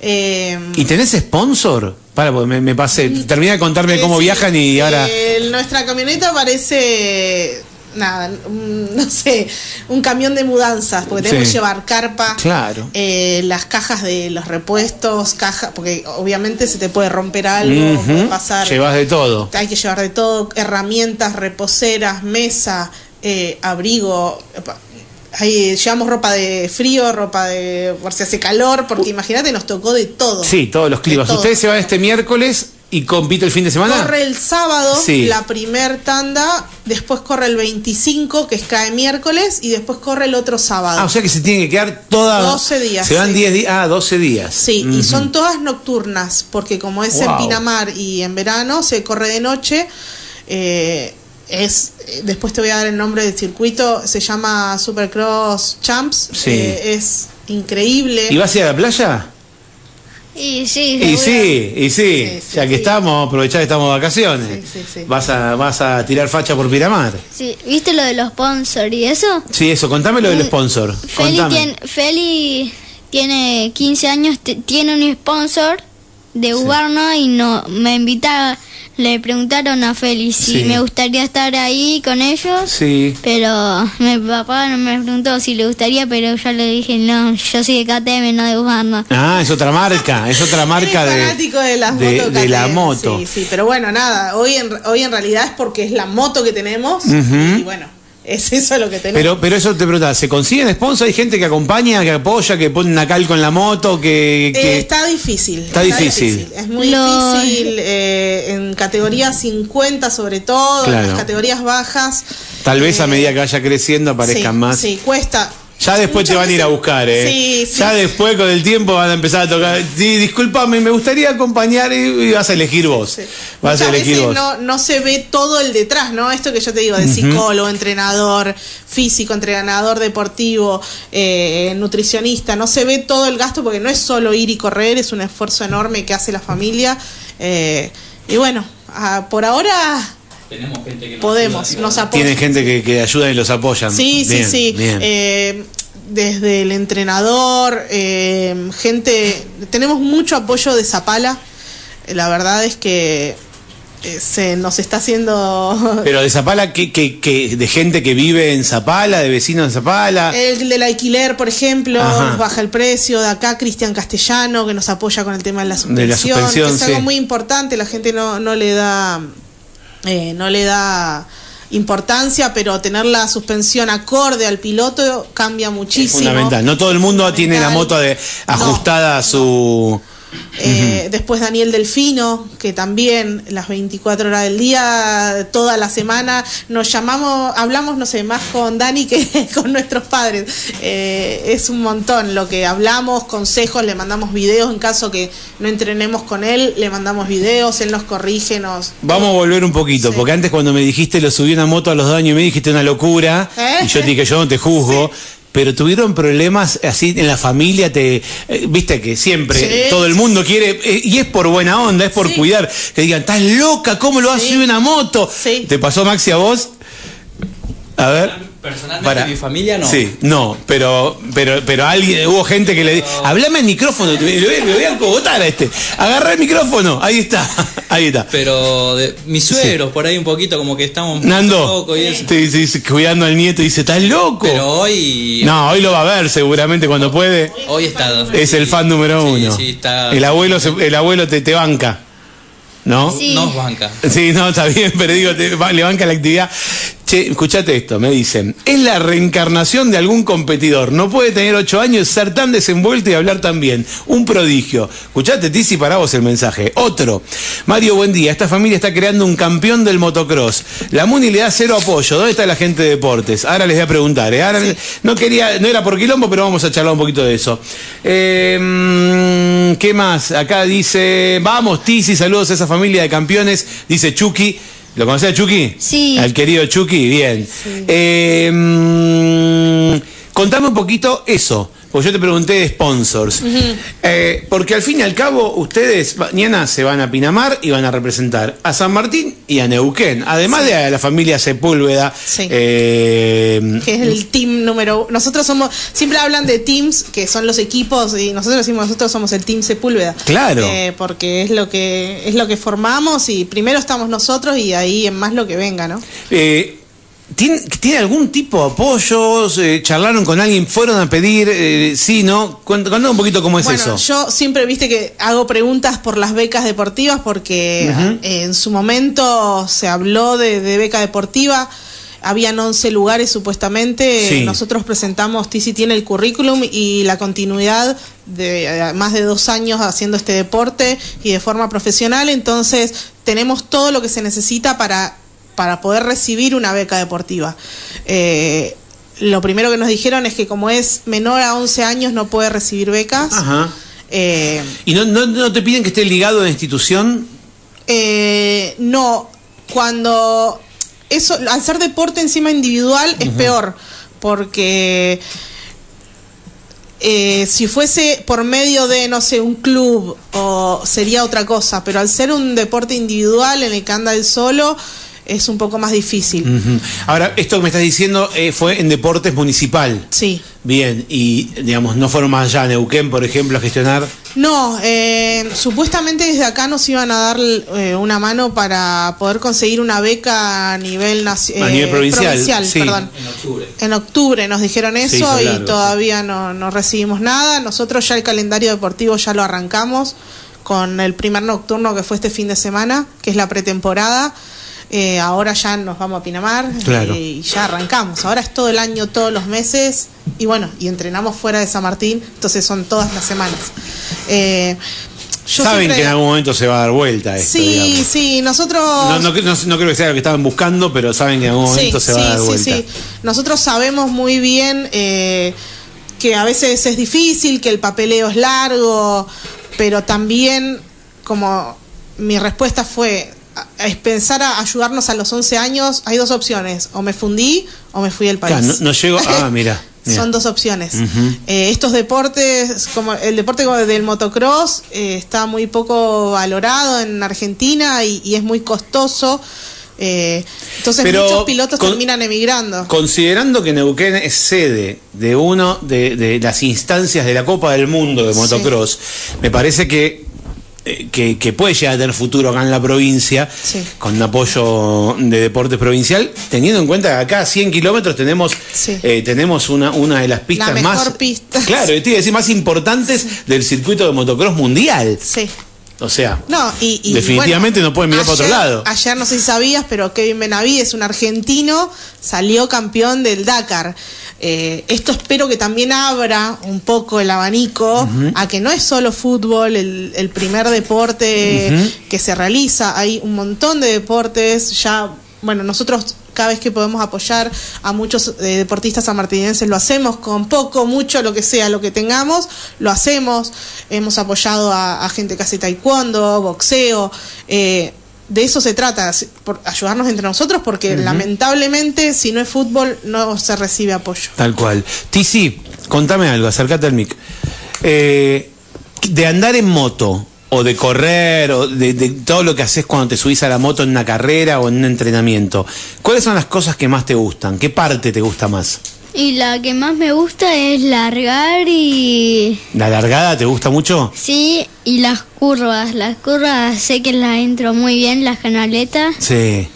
Speaker 3: Eh,
Speaker 1: ¿Y tenés sponsor? Para, porque me, me pasé. Termina de contarme
Speaker 3: Eh,
Speaker 1: cómo
Speaker 3: sí,
Speaker 1: viajan y
Speaker 3: eh,
Speaker 1: ahora.
Speaker 3: nuestra camioneta parece. Nada, un- no sé, un camión de mudanzas, porque tenemos
Speaker 1: Sí.
Speaker 3: que llevar carpa,
Speaker 1: Claro.
Speaker 3: eh, las cajas de los repuestos, cajas, porque obviamente se te puede romper algo,
Speaker 1: Ujú.
Speaker 3: puede pasar.
Speaker 1: Llevas de todo.
Speaker 3: Hay que llevar de todo, herramientas, reposeras, mesa, eh, abrigo. epa, ahí llevamos ropa de frío, ropa de por si hace calor, porque imagínate, nos tocó de todo.
Speaker 1: Uh. Sí, todos los
Speaker 3: De
Speaker 1: climas.
Speaker 3: todo.
Speaker 1: Ustedes se van este miércoles y compite el fin de semana.
Speaker 3: Corre el sábado
Speaker 1: Sí.
Speaker 3: la primer tanda, después corre el 25, que es cada miércoles, y después corre el otro sábado.
Speaker 1: Ah, o sea que se tienen que quedar todas.
Speaker 3: 12 días,
Speaker 1: Se van
Speaker 3: sí.
Speaker 1: 10 días. Ah, 12 días.
Speaker 3: Sí,
Speaker 1: Ujú.
Speaker 3: y son todas nocturnas, porque como es en
Speaker 1: Wow.
Speaker 3: Pinamar y en verano se corre de noche, eh, es eh, después te voy a dar el nombre del circuito, se llama Supercross Champs,
Speaker 1: Sí.
Speaker 3: eh, es increíble.
Speaker 1: ¿Y vas a ir a la playa?
Speaker 2: Y sí,
Speaker 1: Y
Speaker 2: seguro.
Speaker 1: sí, y sí.
Speaker 3: Sí, sí,
Speaker 1: ya que
Speaker 3: sí.
Speaker 1: estamos, vamos a aprovechar que estamos de vacaciones.
Speaker 3: Sí, sí, sí.
Speaker 1: Vas, a, vas a tirar facha por Piramar.
Speaker 2: Sí, ¿Viste lo de los sponsors y eso?
Speaker 1: Sí, eso, contame lo del sponsor.
Speaker 2: Feli
Speaker 1: Contame.
Speaker 2: tiene, Feli tiene 15 años, t- tiene un sponsor de Ubarno y no me invita, le preguntaron a Feli si
Speaker 1: Sí.
Speaker 2: me gustaría estar ahí con ellos.
Speaker 1: Sí.
Speaker 2: Pero mi papá no me preguntó si le gustaría, pero yo le dije, no, yo soy de KTM, no de Ubarno.
Speaker 1: Ah, es otra marca, es otra marca
Speaker 3: Eres
Speaker 1: de,
Speaker 3: fanático de, las
Speaker 1: de-
Speaker 3: motos
Speaker 1: de la
Speaker 3: KTM,
Speaker 1: moto.
Speaker 3: Sí, sí, pero bueno, nada, hoy en, hoy en realidad es porque es la moto que tenemos
Speaker 1: Ujú.
Speaker 3: y bueno, Es eso lo que tenemos.
Speaker 1: Pero, pero eso te preguntaba, ¿se consiguen sponsors? ¿Hay gente que acompaña, que apoya, que pone una calco en la moto, que,
Speaker 3: Eh,
Speaker 1: que-
Speaker 3: está difícil.
Speaker 1: Está difícil.
Speaker 3: Es muy
Speaker 2: Lo-
Speaker 3: difícil. eh, en categoría 50 sobre todo, en
Speaker 1: Claro.
Speaker 3: las categorías bajas.
Speaker 1: tal vez a
Speaker 3: eh,
Speaker 1: medida que vaya creciendo aparezcan
Speaker 3: sí,
Speaker 1: más?
Speaker 3: Sí, cuesta.
Speaker 1: Ya después te
Speaker 3: Muchas
Speaker 1: van a ir a
Speaker 3: veces-
Speaker 1: buscar, ¿eh?
Speaker 3: Sí, sí.
Speaker 1: ya después con el tiempo van a empezar a tocar. Sí, discúlpame, me gustaría acompañar y, y vas a elegir vos.
Speaker 3: sí.
Speaker 1: Vas a
Speaker 3: Muchas
Speaker 1: elegir
Speaker 3: veces
Speaker 1: vos.
Speaker 3: no, no se ve todo el detrás, ¿no? Esto que yo te digo, de psicólogo, entrenador físico, entrenador deportivo, eh, nutricionista, no se ve todo el gasto porque no es solo ir y correr, es un esfuerzo enorme que hace la familia. eh, y bueno, ah, por ahora
Speaker 4: Tenemos gente que nos
Speaker 3: Podemos,
Speaker 4: ayuda,
Speaker 3: nos
Speaker 4: ¿verdad?
Speaker 3: apoya.
Speaker 1: Tienen gente que, que ayuda y los apoyan.
Speaker 3: Sí,
Speaker 1: Bien,
Speaker 3: sí, sí.
Speaker 1: bien.
Speaker 3: Eh, desde el entrenador, eh, gente, tenemos mucho apoyo de Zapala. Eh, La verdad es que eh, se nos está haciendo
Speaker 1: Pero de Zapala, ¿qué, qué- qué- de gente que vive en Zapala, de vecinos en Zapala.
Speaker 3: el del alquiler, por ejemplo,
Speaker 1: Ajá.
Speaker 3: baja el precio. De acá, Cristian Castellano, que nos apoya con el tema de la suspensión.
Speaker 1: De la suspensión,
Speaker 3: que es algo
Speaker 1: sí.
Speaker 3: muy importante. La gente no, no le da. eh, no le da importancia, pero tener la suspensión acorde al piloto cambia
Speaker 1: es
Speaker 3: muchísimo.
Speaker 1: fundamental. No todo el mundo tiene la
Speaker 3: Fundamental.
Speaker 1: moto de-
Speaker 3: No.
Speaker 1: ajustada a su.
Speaker 3: Eh, Después Daniel Delfino, que también las 24 horas del día, toda la semana, nos llamamos, hablamos, no sé, más con Dani que con nuestros padres. Eh, es un montón lo que hablamos, consejos, le mandamos videos, en caso que no entrenemos con él, le mandamos videos, él nos corrige, nos...
Speaker 1: Vamos a volver un poquito,
Speaker 3: Sí.
Speaker 1: porque antes cuando me dijiste lo subí una moto a los dos años y me dijiste una locura,
Speaker 3: ¿Eh?
Speaker 1: y yo te dije yo no te juzgo, pero tuvieron problemas así en la familia, te eh, viste que siempre
Speaker 3: Sí.
Speaker 1: todo el mundo quiere, eh, y es por buena onda, es por
Speaker 3: Sí.
Speaker 1: cuidar, que digan, estás loca, ¿cómo lo vas a
Speaker 3: Sí.
Speaker 1: subir una moto?
Speaker 3: Sí.
Speaker 1: ¿Te pasó Maxi a vos? A ver.
Speaker 4: Personalmente,
Speaker 1: Para.
Speaker 4: mi familia no.
Speaker 1: Sí, no, pero, pero, pero alguien, hubo gente que le dijo, hablame al micrófono, te- le voy, le voy a cogotar a este, agarra el micrófono, ahí está, ahí está.
Speaker 4: Pero de, mis suegros, por ahí un poquito, como que estamos un
Speaker 1: Nando,
Speaker 4: poco y eso.
Speaker 1: te dice- dice, cuidando al nieto, dice, ¿estás loco?
Speaker 4: Pero hoy.
Speaker 1: no, hoy lo va a ver seguramente cuando puede.
Speaker 4: Hoy está.
Speaker 1: Es el fan número
Speaker 4: Sí,
Speaker 1: uno.
Speaker 4: sí, está-
Speaker 1: El abuelo, se- el abuelo te, te banca, ¿no?
Speaker 2: Sí.
Speaker 4: Nos banca.
Speaker 1: Sí, no, está bien, pero digo, te- va- le banca la actividad. Che, escuchate esto, me dicen, es la reencarnación de algún competidor. No puede tener ocho años, ser tan desenvuelto y hablar tan bien. Un prodigio. Escuchate, Tizi, para vos el mensaje. Otro. Mario, buen día. Esta familia está creando un campeón del motocross. La Muni le da cero apoyo. ¿Dónde está la gente de deportes? Ahora les voy a preguntar. ¿eh? Ahora no quería, no era por quilombo, pero vamos a charlar un poquito de eso. Eh, ¿Qué más? Acá dice, vamos, Tizi, saludos a esa familia de campeones. Dice Chucky. ¿Lo conocés a Chucky?
Speaker 2: Sí.
Speaker 1: Al querido Chucky, bien. Eh, mm, contame un poquito eso, porque yo te pregunté de sponsors. Eh, porque al fin y al cabo, ustedes mañana se van a Pinamar y van a representar a San Martín y a Neuquén, además de a la familia Sepúlveda.
Speaker 3: Sí.
Speaker 1: eh,
Speaker 3: que es el team número uno. Nosotros somos, siempre hablan de teams, que son los equipos, y nosotros decimos, nosotros somos el team Sepúlveda.
Speaker 1: Claro.
Speaker 3: Eh, porque es lo que, es lo que formamos y primero estamos nosotros y ahí en más lo que venga, ¿no?
Speaker 1: Eh, ¿tien- ¿tiene, algún tipo de apoyos? Eh, ¿Charlaron con alguien? ¿Fueron a pedir? Eh, ¿Sí, no? Cuent- Contame un poquito cómo es
Speaker 3: bueno,
Speaker 1: eso.
Speaker 3: yo siempre viste que hago preguntas por las becas deportivas porque eh, en su momento se habló de, de beca deportiva. Habían 11 lugares supuestamente.
Speaker 1: Sí.
Speaker 3: Nosotros presentamos, Tizi tiene el currículum y la continuidad de eh, más de dos años haciendo este deporte y de forma profesional. Entonces, tenemos todo lo que se necesita para, para poder recibir una beca deportiva. Eh, lo primero que nos dijeron es que como es menor a 11 años no puede recibir becas.
Speaker 1: Ajá.
Speaker 3: Eh,
Speaker 1: ¿Y no, no, no te piden que esté ligado a la institución?
Speaker 3: eh, no, cuando eso, al ser deporte encima individual es peor, porque eh, si fuese por medio de, no sé, un club o sería otra cosa, pero al ser un deporte individual en el que anda él solo es un poco más difícil.
Speaker 1: Ujú. Ahora, esto que me estás diciendo eh, fue en deportes municipal.
Speaker 3: Sí.
Speaker 1: Bien, y digamos, no fueron más allá a Neuquén, por ejemplo, a gestionar.
Speaker 3: No, eh, supuestamente desde acá nos iban a dar eh, una mano para poder conseguir una beca a nivel, naci-
Speaker 1: A
Speaker 3: eh,
Speaker 1: nivel provincial, sí.
Speaker 3: perdón.
Speaker 4: En octubre.
Speaker 3: En octubre nos dijeron
Speaker 1: Se
Speaker 3: eso
Speaker 1: hizo
Speaker 3: y
Speaker 1: largo,
Speaker 3: todavía no, no recibimos nada. Nosotros ya el calendario deportivo ya lo arrancamos con el primer nocturno que fue este fin de semana, que es la pretemporada. Eh, ahora ya nos vamos a Pinamar
Speaker 1: Claro.
Speaker 3: eh, y ya arrancamos. Ahora es todo el año, todos los meses y bueno, y entrenamos fuera de San Martín, entonces son todas las semanas. Eh, yo
Speaker 1: Saben
Speaker 3: siempre-
Speaker 1: que en algún momento se va a dar vuelta esto.
Speaker 3: Sí,
Speaker 1: digamos.
Speaker 3: sí, nosotros...
Speaker 1: No, no, no- no creo que sea lo que estaban buscando, pero saben que en algún momento se va a dar vuelta.
Speaker 3: Nosotros sabemos muy bien eh, que a veces es difícil, que el papeleo es largo, pero también, como mi respuesta fue, a- es pensar a ayudarnos a los 11 años, hay dos opciones, o me fundí o me fui del país.
Speaker 1: Claro, no, no llego. Ah, mira. mira.
Speaker 3: Son dos opciones.
Speaker 1: Ujú.
Speaker 3: Eh, estos deportes, como el deporte como del motocross, eh, está muy poco valorado en Argentina y, y es muy costoso. Eh, entonces
Speaker 1: Pero
Speaker 3: muchos pilotos
Speaker 1: con-
Speaker 3: terminan emigrando.
Speaker 1: Considerando que Neuquén es sede de uno de, de las instancias de la Copa del Mundo de
Speaker 3: Sí.
Speaker 1: motocross, me parece que, eh, que, que puede llegar a tener futuro acá en la provincia,
Speaker 3: Sí.
Speaker 1: con un apoyo de deportes provincial, teniendo en cuenta que acá a 100 kilómetros tenemos,
Speaker 3: Sí.
Speaker 1: eh, tenemos una, una de las pistas
Speaker 3: mejor
Speaker 1: más...
Speaker 3: pista.
Speaker 1: Claro, y te iba a decir, más importantes del circuito de motocross mundial.
Speaker 3: Sí.
Speaker 1: O sea,
Speaker 3: No, y, y,
Speaker 1: Definitivamente
Speaker 3: bueno,
Speaker 1: no pueden mirar para otro
Speaker 3: ayer-
Speaker 1: lado.
Speaker 3: Ayer no sé si sabías, pero Kevin Benavides, un argentino, salió campeón del Dakar. Eh, esto espero que también abra un poco el abanico a que no es solo fútbol el, el primer deporte que se realiza, hay un montón de deportes, ya, bueno, nosotros cada vez que podemos apoyar a muchos eh, deportistas sanmartinenses lo hacemos con poco, mucho, lo que sea, lo que tengamos, lo hacemos. Hemos apoyado a, a gente que hace taekwondo, boxeo. eh, de eso se trata, si- por ayudarnos entre nosotros, porque lamentablemente si no es fútbol no se recibe apoyo.
Speaker 1: Tal cual. Tizi, contame algo, acércate al mic. Eh, de andar en moto, o de correr, o de, de todo lo que haces cuando te subís a la moto en una carrera o en un entrenamiento, ¿cuáles son las cosas que más te gustan? ¿Qué parte te gusta más?
Speaker 2: Y la que más me gusta es largar y...
Speaker 1: ¿La largada te gusta mucho?
Speaker 2: Sí, y las curvas. Las curvas sé que las entro muy bien, las canaletas.
Speaker 1: Sí.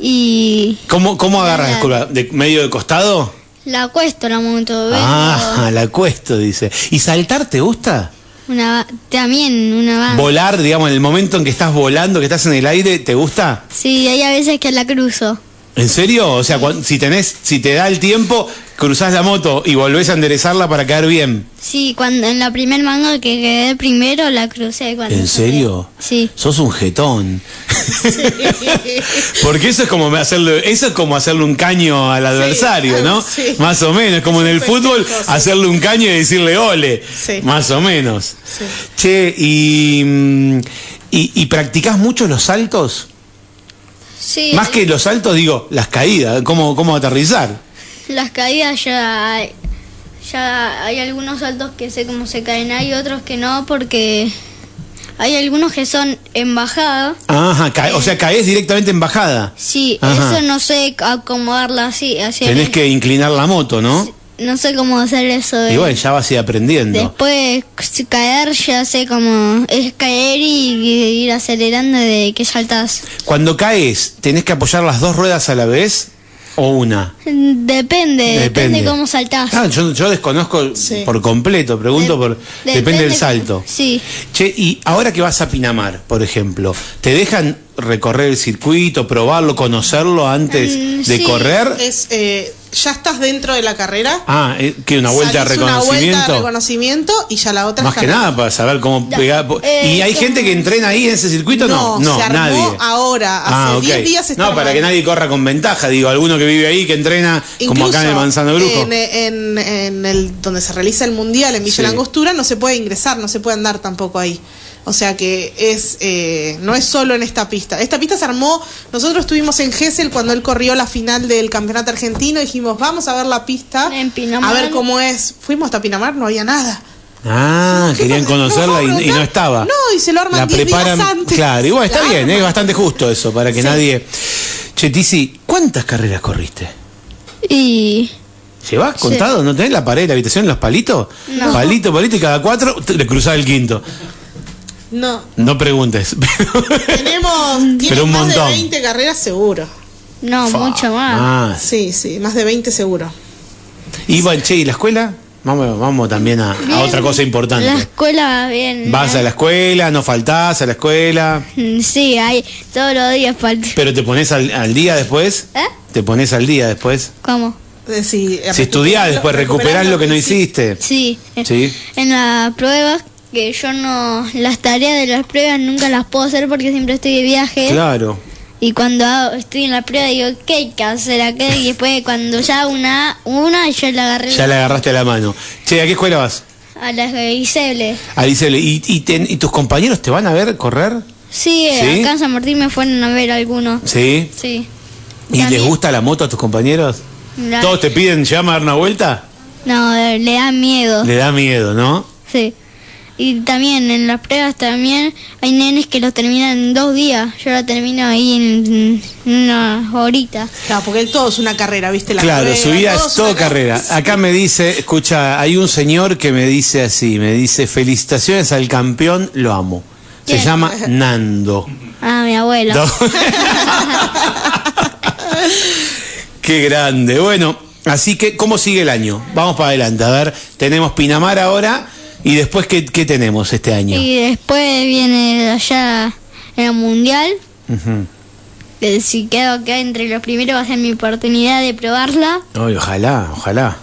Speaker 2: Y
Speaker 1: ¿Cómo, cómo agarras la
Speaker 2: Larga.
Speaker 1: curva? ¿De medio de costado?
Speaker 2: la cuesto, la monto. vengo-
Speaker 1: Ah, la cuesto, dice. ¿Y saltar te gusta?
Speaker 2: Una, ba- también una banda.
Speaker 1: Volar, digamos, en el momento en que estás volando, que estás en el aire, ¿te gusta?
Speaker 2: Sí, hay a veces que la cruzo.
Speaker 1: ¿En serio? O sea, cuan- si tenés, si te da el tiempo, cruzás la moto y volvés a enderezarla para quedar bien.
Speaker 2: Sí, cuando en la primer manga que quedé primero la crucé. Cuando
Speaker 1: ¿En
Speaker 2: saqué.
Speaker 1: serio?
Speaker 2: Sí.
Speaker 1: Sos un jetón. Porque eso es como hacerle, eso es como hacerle un caño al adversario, ¿no?
Speaker 3: sí.
Speaker 1: Más o menos, como en el
Speaker 3: Cualquier
Speaker 1: fútbol,
Speaker 3: cosa.
Speaker 1: hacerle un caño y decirle ole.
Speaker 3: Sí.
Speaker 1: Más o menos.
Speaker 3: Sí.
Speaker 1: Che, y, mm, y, y practicás mucho los saltos.
Speaker 2: Sí.
Speaker 1: Más que los saltos, digo, las caídas, cómo, cómo aterrizar.
Speaker 2: Las caídas ya hay, ya hay algunos saltos que sé cómo se caen, hay otros que no porque hay algunos que son en bajada.
Speaker 1: Ajá, ca- o sea, caes directamente en bajada.
Speaker 2: Sí,
Speaker 1: Ajá.
Speaker 2: eso no sé acomodarla así, hacia
Speaker 1: Tenés que inclinar la moto, ¿no?
Speaker 2: no sé cómo hacer eso. eh.
Speaker 1: Y bueno, ya vas a ir aprendiendo.
Speaker 2: Después si caer ya sé cómo es caer y, y ir acelerando de que saltas.
Speaker 1: Cuando caes, ¿tenés que apoyar las dos ruedas a la vez o una?
Speaker 2: Depende, Eh, depende, cómo saltás.
Speaker 1: Ah, yo, yo desconozco
Speaker 3: Sí.
Speaker 1: por completo, pregunto
Speaker 2: Dep-
Speaker 1: por... depende del salto.
Speaker 2: Sí.
Speaker 1: Che, y ahora que vas a Pinamar, por ejemplo, ¿te dejan recorrer el circuito, probarlo, conocerlo antes
Speaker 2: Mm,
Speaker 1: de
Speaker 2: sí.
Speaker 1: correr?
Speaker 3: Es, eh, ya estás dentro de la carrera.
Speaker 1: Ah, eh, que una vuelta de
Speaker 3: salís una
Speaker 1: reconocimiento.
Speaker 3: vuelta de reconocimiento y ya la otra
Speaker 1: Más
Speaker 3: es
Speaker 1: que
Speaker 3: carrera.
Speaker 1: nada para saber cómo
Speaker 2: Da-
Speaker 1: pegar.
Speaker 2: eh,
Speaker 1: ¿Y hay
Speaker 2: yo-
Speaker 1: gente que entrena ahí en ese circuito? No, no,
Speaker 3: se armó
Speaker 1: nadie.
Speaker 3: ahora, hace
Speaker 1: Ah, ok.
Speaker 3: 10 días se está
Speaker 1: No, para
Speaker 3: armando.
Speaker 1: que nadie corra con ventaja, digo, alguno que vive ahí, que entrena como acá en el
Speaker 3: Incluso eh,
Speaker 1: Manzano Brujo.
Speaker 3: En, en- en el, donde se realiza el mundial en Villa
Speaker 1: Sí.
Speaker 3: La Langostura no se puede ingresar, no se puede andar tampoco ahí. O sea que es eh, no es solo en esta pista. Esta pista se armó, nosotros estuvimos en Gessel cuando él corrió la final del campeonato argentino, dijimos, vamos a ver la pista,
Speaker 2: En Pinamar.
Speaker 3: a ver cómo es. Fuimos hasta Pinamar, no había nada.
Speaker 1: Ah,
Speaker 3: ¿Qué
Speaker 1: querían
Speaker 3: pasa?
Speaker 1: conocerla y-
Speaker 3: No,
Speaker 1: y, no estaba.
Speaker 3: no, y se lo arman
Speaker 1: La
Speaker 3: 10 días
Speaker 1: preparan,
Speaker 3: antes.
Speaker 1: claro, igual está
Speaker 3: La
Speaker 1: bien, es
Speaker 3: arman.
Speaker 1: bastante justo eso, para que
Speaker 3: Sí.
Speaker 1: nadie... Che, Tizi, ¿cuántas carreras corriste?
Speaker 2: Y
Speaker 1: ¿Llevás contado? ¿No tenés la pared de la habitación, los palitos?
Speaker 2: No.
Speaker 1: Palito, palito, y cada cuatro te- le cruzás el quinto.
Speaker 3: No,
Speaker 1: No preguntes.
Speaker 3: tenemos tiene
Speaker 1: Pero un
Speaker 3: más
Speaker 1: montón.
Speaker 3: de 20 carreras seguro.
Speaker 2: no, mucho más.
Speaker 1: Más.
Speaker 3: Sí, sí, más de 20 seguro.
Speaker 1: Y bueno, che, ¿y la escuela? Vamos, vamos también a, a
Speaker 2: Bien,
Speaker 1: Ah, otra cosa importante.
Speaker 2: La escuela, bien.
Speaker 1: Vas a la escuela, no faltás a la escuela,
Speaker 2: Mm, Sí, hay todos los días falta.
Speaker 1: pero te pones al, al día después.
Speaker 2: ¿Eh?
Speaker 1: Te pones al día después.
Speaker 2: ¿Cómo?
Speaker 3: Eh, Si,
Speaker 1: Si estudiás, después recuperás lo que no hiciste.
Speaker 2: Sí.
Speaker 1: Sí.
Speaker 2: En las pruebas, que yo no. Las tareas de las pruebas nunca las puedo hacer porque siempre estoy de viaje.
Speaker 1: Claro.
Speaker 2: Y cuando hago- estoy en la prueba digo, ¿qué hay que hacer acá? Y después cuando ya una, una yo la agarré
Speaker 1: Ya le agarraste a la mano. Che, ¿a qué escuela vas?
Speaker 2: a las Isele.
Speaker 1: Alice, ¿y, y, ten- ¿y tus compañeros te van a ver correr?
Speaker 2: Sí,
Speaker 1: ¿Sí?
Speaker 2: acá en San Martín me fueron a ver algunos.
Speaker 1: Sí.
Speaker 2: Sí.
Speaker 1: ¿Y
Speaker 2: También-
Speaker 1: les gusta la moto a tus compañeros?
Speaker 2: La-
Speaker 1: ¿Todos te piden llama a dar una vuelta?
Speaker 2: No, le da miedo.
Speaker 1: Le da miedo, ¿no?
Speaker 2: Sí. Y también en las pruebas también hay nenes que los terminan en dos días. Yo lo termino ahí en, en unas horitas.
Speaker 3: Claro, porque él todo es una carrera, ¿viste? La
Speaker 1: claro,
Speaker 3: carrera,
Speaker 1: su vida
Speaker 3: todo
Speaker 1: es todo
Speaker 3: una-
Speaker 1: carrera. Acá me dice, escucha, hay un señor que me dice así, me dice, felicitaciones al campeón, lo amo. Se
Speaker 2: ¿Quién?
Speaker 1: llama Nando.
Speaker 2: Ah, mi abuelo.
Speaker 1: Qué grande. Bueno, así que, ¿cómo sigue el año? Vamos para adelante. A ver, tenemos Pinamar ahora y después, ¿qué, qué tenemos este año?
Speaker 2: Y después viene allá el mundial.
Speaker 1: Ujú.
Speaker 2: que Si quedo acá entre los primeros va a ser mi oportunidad de probarla.
Speaker 1: Ay, ojalá, ojalá.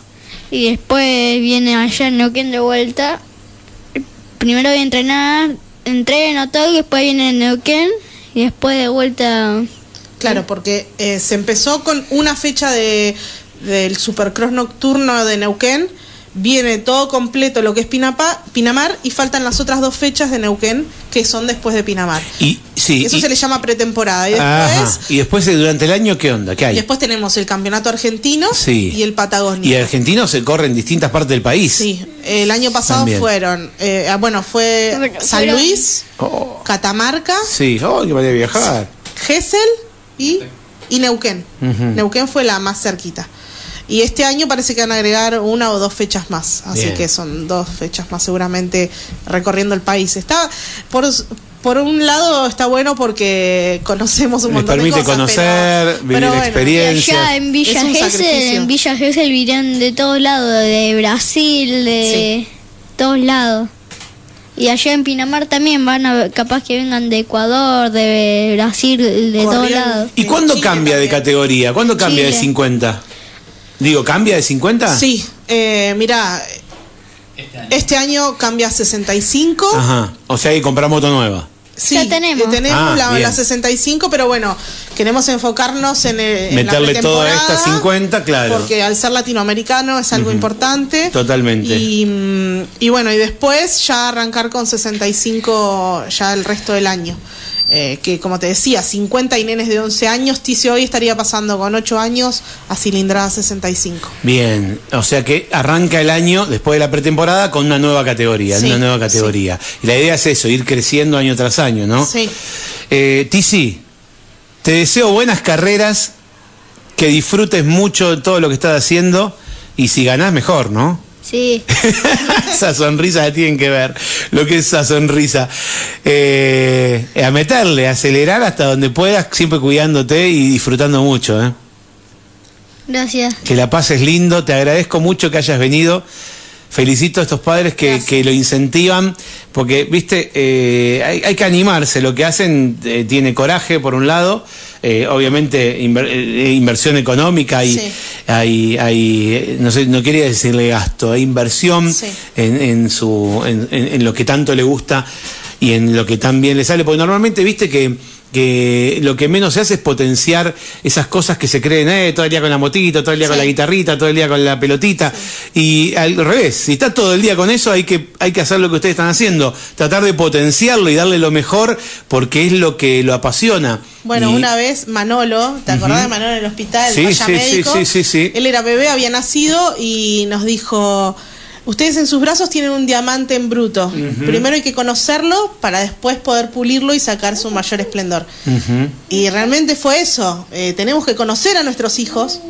Speaker 2: Y después viene allá en Neuquén de vuelta. Primero voy a entrenar, entreno todo, y después viene Neuquén. Y después de vuelta
Speaker 1: Ah.
Speaker 3: Claro, porque eh, se empezó con una fecha de, del Supercross nocturno de Neuquén. Viene todo completo lo que es Pinapa, Pinamar y faltan las otras dos fechas de Neuquén que son después de Pinamar.
Speaker 1: Y sí.
Speaker 3: Eso
Speaker 1: y-
Speaker 3: se le llama pretemporada. Y
Speaker 1: Ajá.
Speaker 3: después,
Speaker 1: Y después, eh, durante el año, ¿qué onda? ¿Qué hay?
Speaker 3: después tenemos el campeonato argentino
Speaker 1: Sí.
Speaker 3: y el Patagonia.
Speaker 1: Y argentinos se corre en distintas partes del país.
Speaker 3: Sí, el año pasado
Speaker 1: También.
Speaker 3: fueron, eh, ah, bueno, fue
Speaker 2: Bueno,
Speaker 3: San
Speaker 2: fueron-
Speaker 3: Luis,
Speaker 1: Oh,
Speaker 3: Catamarca,
Speaker 1: sí, oh, que vale viajar.
Speaker 3: Gesell y, y Neuquén.
Speaker 1: Ujú.
Speaker 3: Neuquén fue la más cerquita. Y este año parece que van a agregar una o dos fechas más, así
Speaker 1: Bien.
Speaker 3: que son dos fechas más seguramente recorriendo el país. Está por por un lado está bueno porque conocemos un
Speaker 1: Les
Speaker 3: montón
Speaker 1: permite
Speaker 3: de cosas,
Speaker 1: conocer,
Speaker 3: pero-
Speaker 1: vivir
Speaker 3: pero
Speaker 1: la
Speaker 3: bueno,
Speaker 2: Y
Speaker 1: experiencia.
Speaker 2: allá en Villa
Speaker 3: Es un
Speaker 2: Gesell,
Speaker 3: sacrificio.
Speaker 2: en Villa Gesell vinieron de todos lados, de Brasil, de todos lados. Y allá en Pinamar también van a, capaz que vengan de Ecuador, de Brasil, de todos
Speaker 3: Corrientes.
Speaker 2: lados.
Speaker 1: ¿Y
Speaker 3: En
Speaker 1: cuándo
Speaker 3: Chile
Speaker 1: cambia de
Speaker 3: también.
Speaker 1: categoría? ¿Cuándo cambia de
Speaker 2: Chile.
Speaker 1: 50? Digo, ¿cambia de 50?
Speaker 3: Sí, eh, mira,
Speaker 4: Este año.
Speaker 3: este año cambia a 65.
Speaker 1: Ajá. O sea, hay que comprar moto nueva.
Speaker 3: Sí,
Speaker 2: Ya tenemos.
Speaker 3: eh, tenemos
Speaker 1: Ah,
Speaker 3: la, la
Speaker 1: bien.
Speaker 3: 65, pero bueno, queremos enfocarnos en, el- en
Speaker 1: Meterle
Speaker 3: la
Speaker 1: todo a
Speaker 3: pretemporada,
Speaker 1: esta 50, claro.
Speaker 3: Porque al ser latinoamericano es algo importante.
Speaker 1: Totalmente.
Speaker 3: Y, mm, y bueno, y después ya arrancar con 65 ya el resto del año. Eh, que como te decía, 50 y nenes de 11 años, Ticio hoy estaría pasando con 8 años a cilindrada 65.
Speaker 1: Bien, o sea que arranca el año después de la pretemporada con una nueva categoría,
Speaker 3: Sí,
Speaker 1: una nueva
Speaker 3: sí.
Speaker 1: categoría. Y la idea es eso, ir creciendo año tras año, ¿no?
Speaker 3: Sí.
Speaker 1: Eh, Tizi, te deseo buenas carreras, que disfrutes mucho de todo lo que estás haciendo y si ganás mejor, ¿no?
Speaker 2: Sí,
Speaker 1: esa sonrisa la tienen que ver, lo que es esa sonrisa. Eh, a meterle, a acelerar hasta donde puedas, siempre cuidándote y disfrutando mucho, ¿eh?
Speaker 2: gracias.
Speaker 1: Que la pases lindo, te agradezco mucho que hayas venido. Felicito a estos padres que,
Speaker 3: Gracias.
Speaker 1: que lo incentivan, porque, viste, eh, hay, hay que animarse. Lo que hacen eh, tiene coraje, por un lado, eh, obviamente inver- eh, inversión económica, hay,
Speaker 3: Sí.
Speaker 1: hay, hay, eh, no, sé, no quería decirle gasto, hay inversión
Speaker 3: Sí.
Speaker 1: en, en su, en, en- en lo que tanto le gusta y en lo que tan bien le sale, porque normalmente, viste, que que lo que menos se hace es potenciar esas cosas que se creen, eh, todo el día con la motito, todo el día con
Speaker 3: Sí.
Speaker 1: la guitarrita, todo el día con la pelotita. Y al revés, si está todo el día con eso, hay que, hay que hacer lo que ustedes están haciendo, tratar de potenciarlo y darle lo mejor porque es lo que lo apasiona.
Speaker 3: Bueno,
Speaker 1: Y-
Speaker 3: una vez Manolo, ¿te acordás de Manolo en el hospital?
Speaker 1: Sí,
Speaker 3: falla
Speaker 1: sí, sí,
Speaker 3: médico?
Speaker 1: sí, sí, sí.
Speaker 3: Él era bebé, había nacido y nos dijo, ustedes en sus brazos tienen un diamante en bruto. Primero hay que conocerlo para después poder pulirlo y sacar su mayor esplendor.
Speaker 1: Ujú.
Speaker 3: Y realmente fue eso. Eh, tenemos que conocer a nuestros hijos,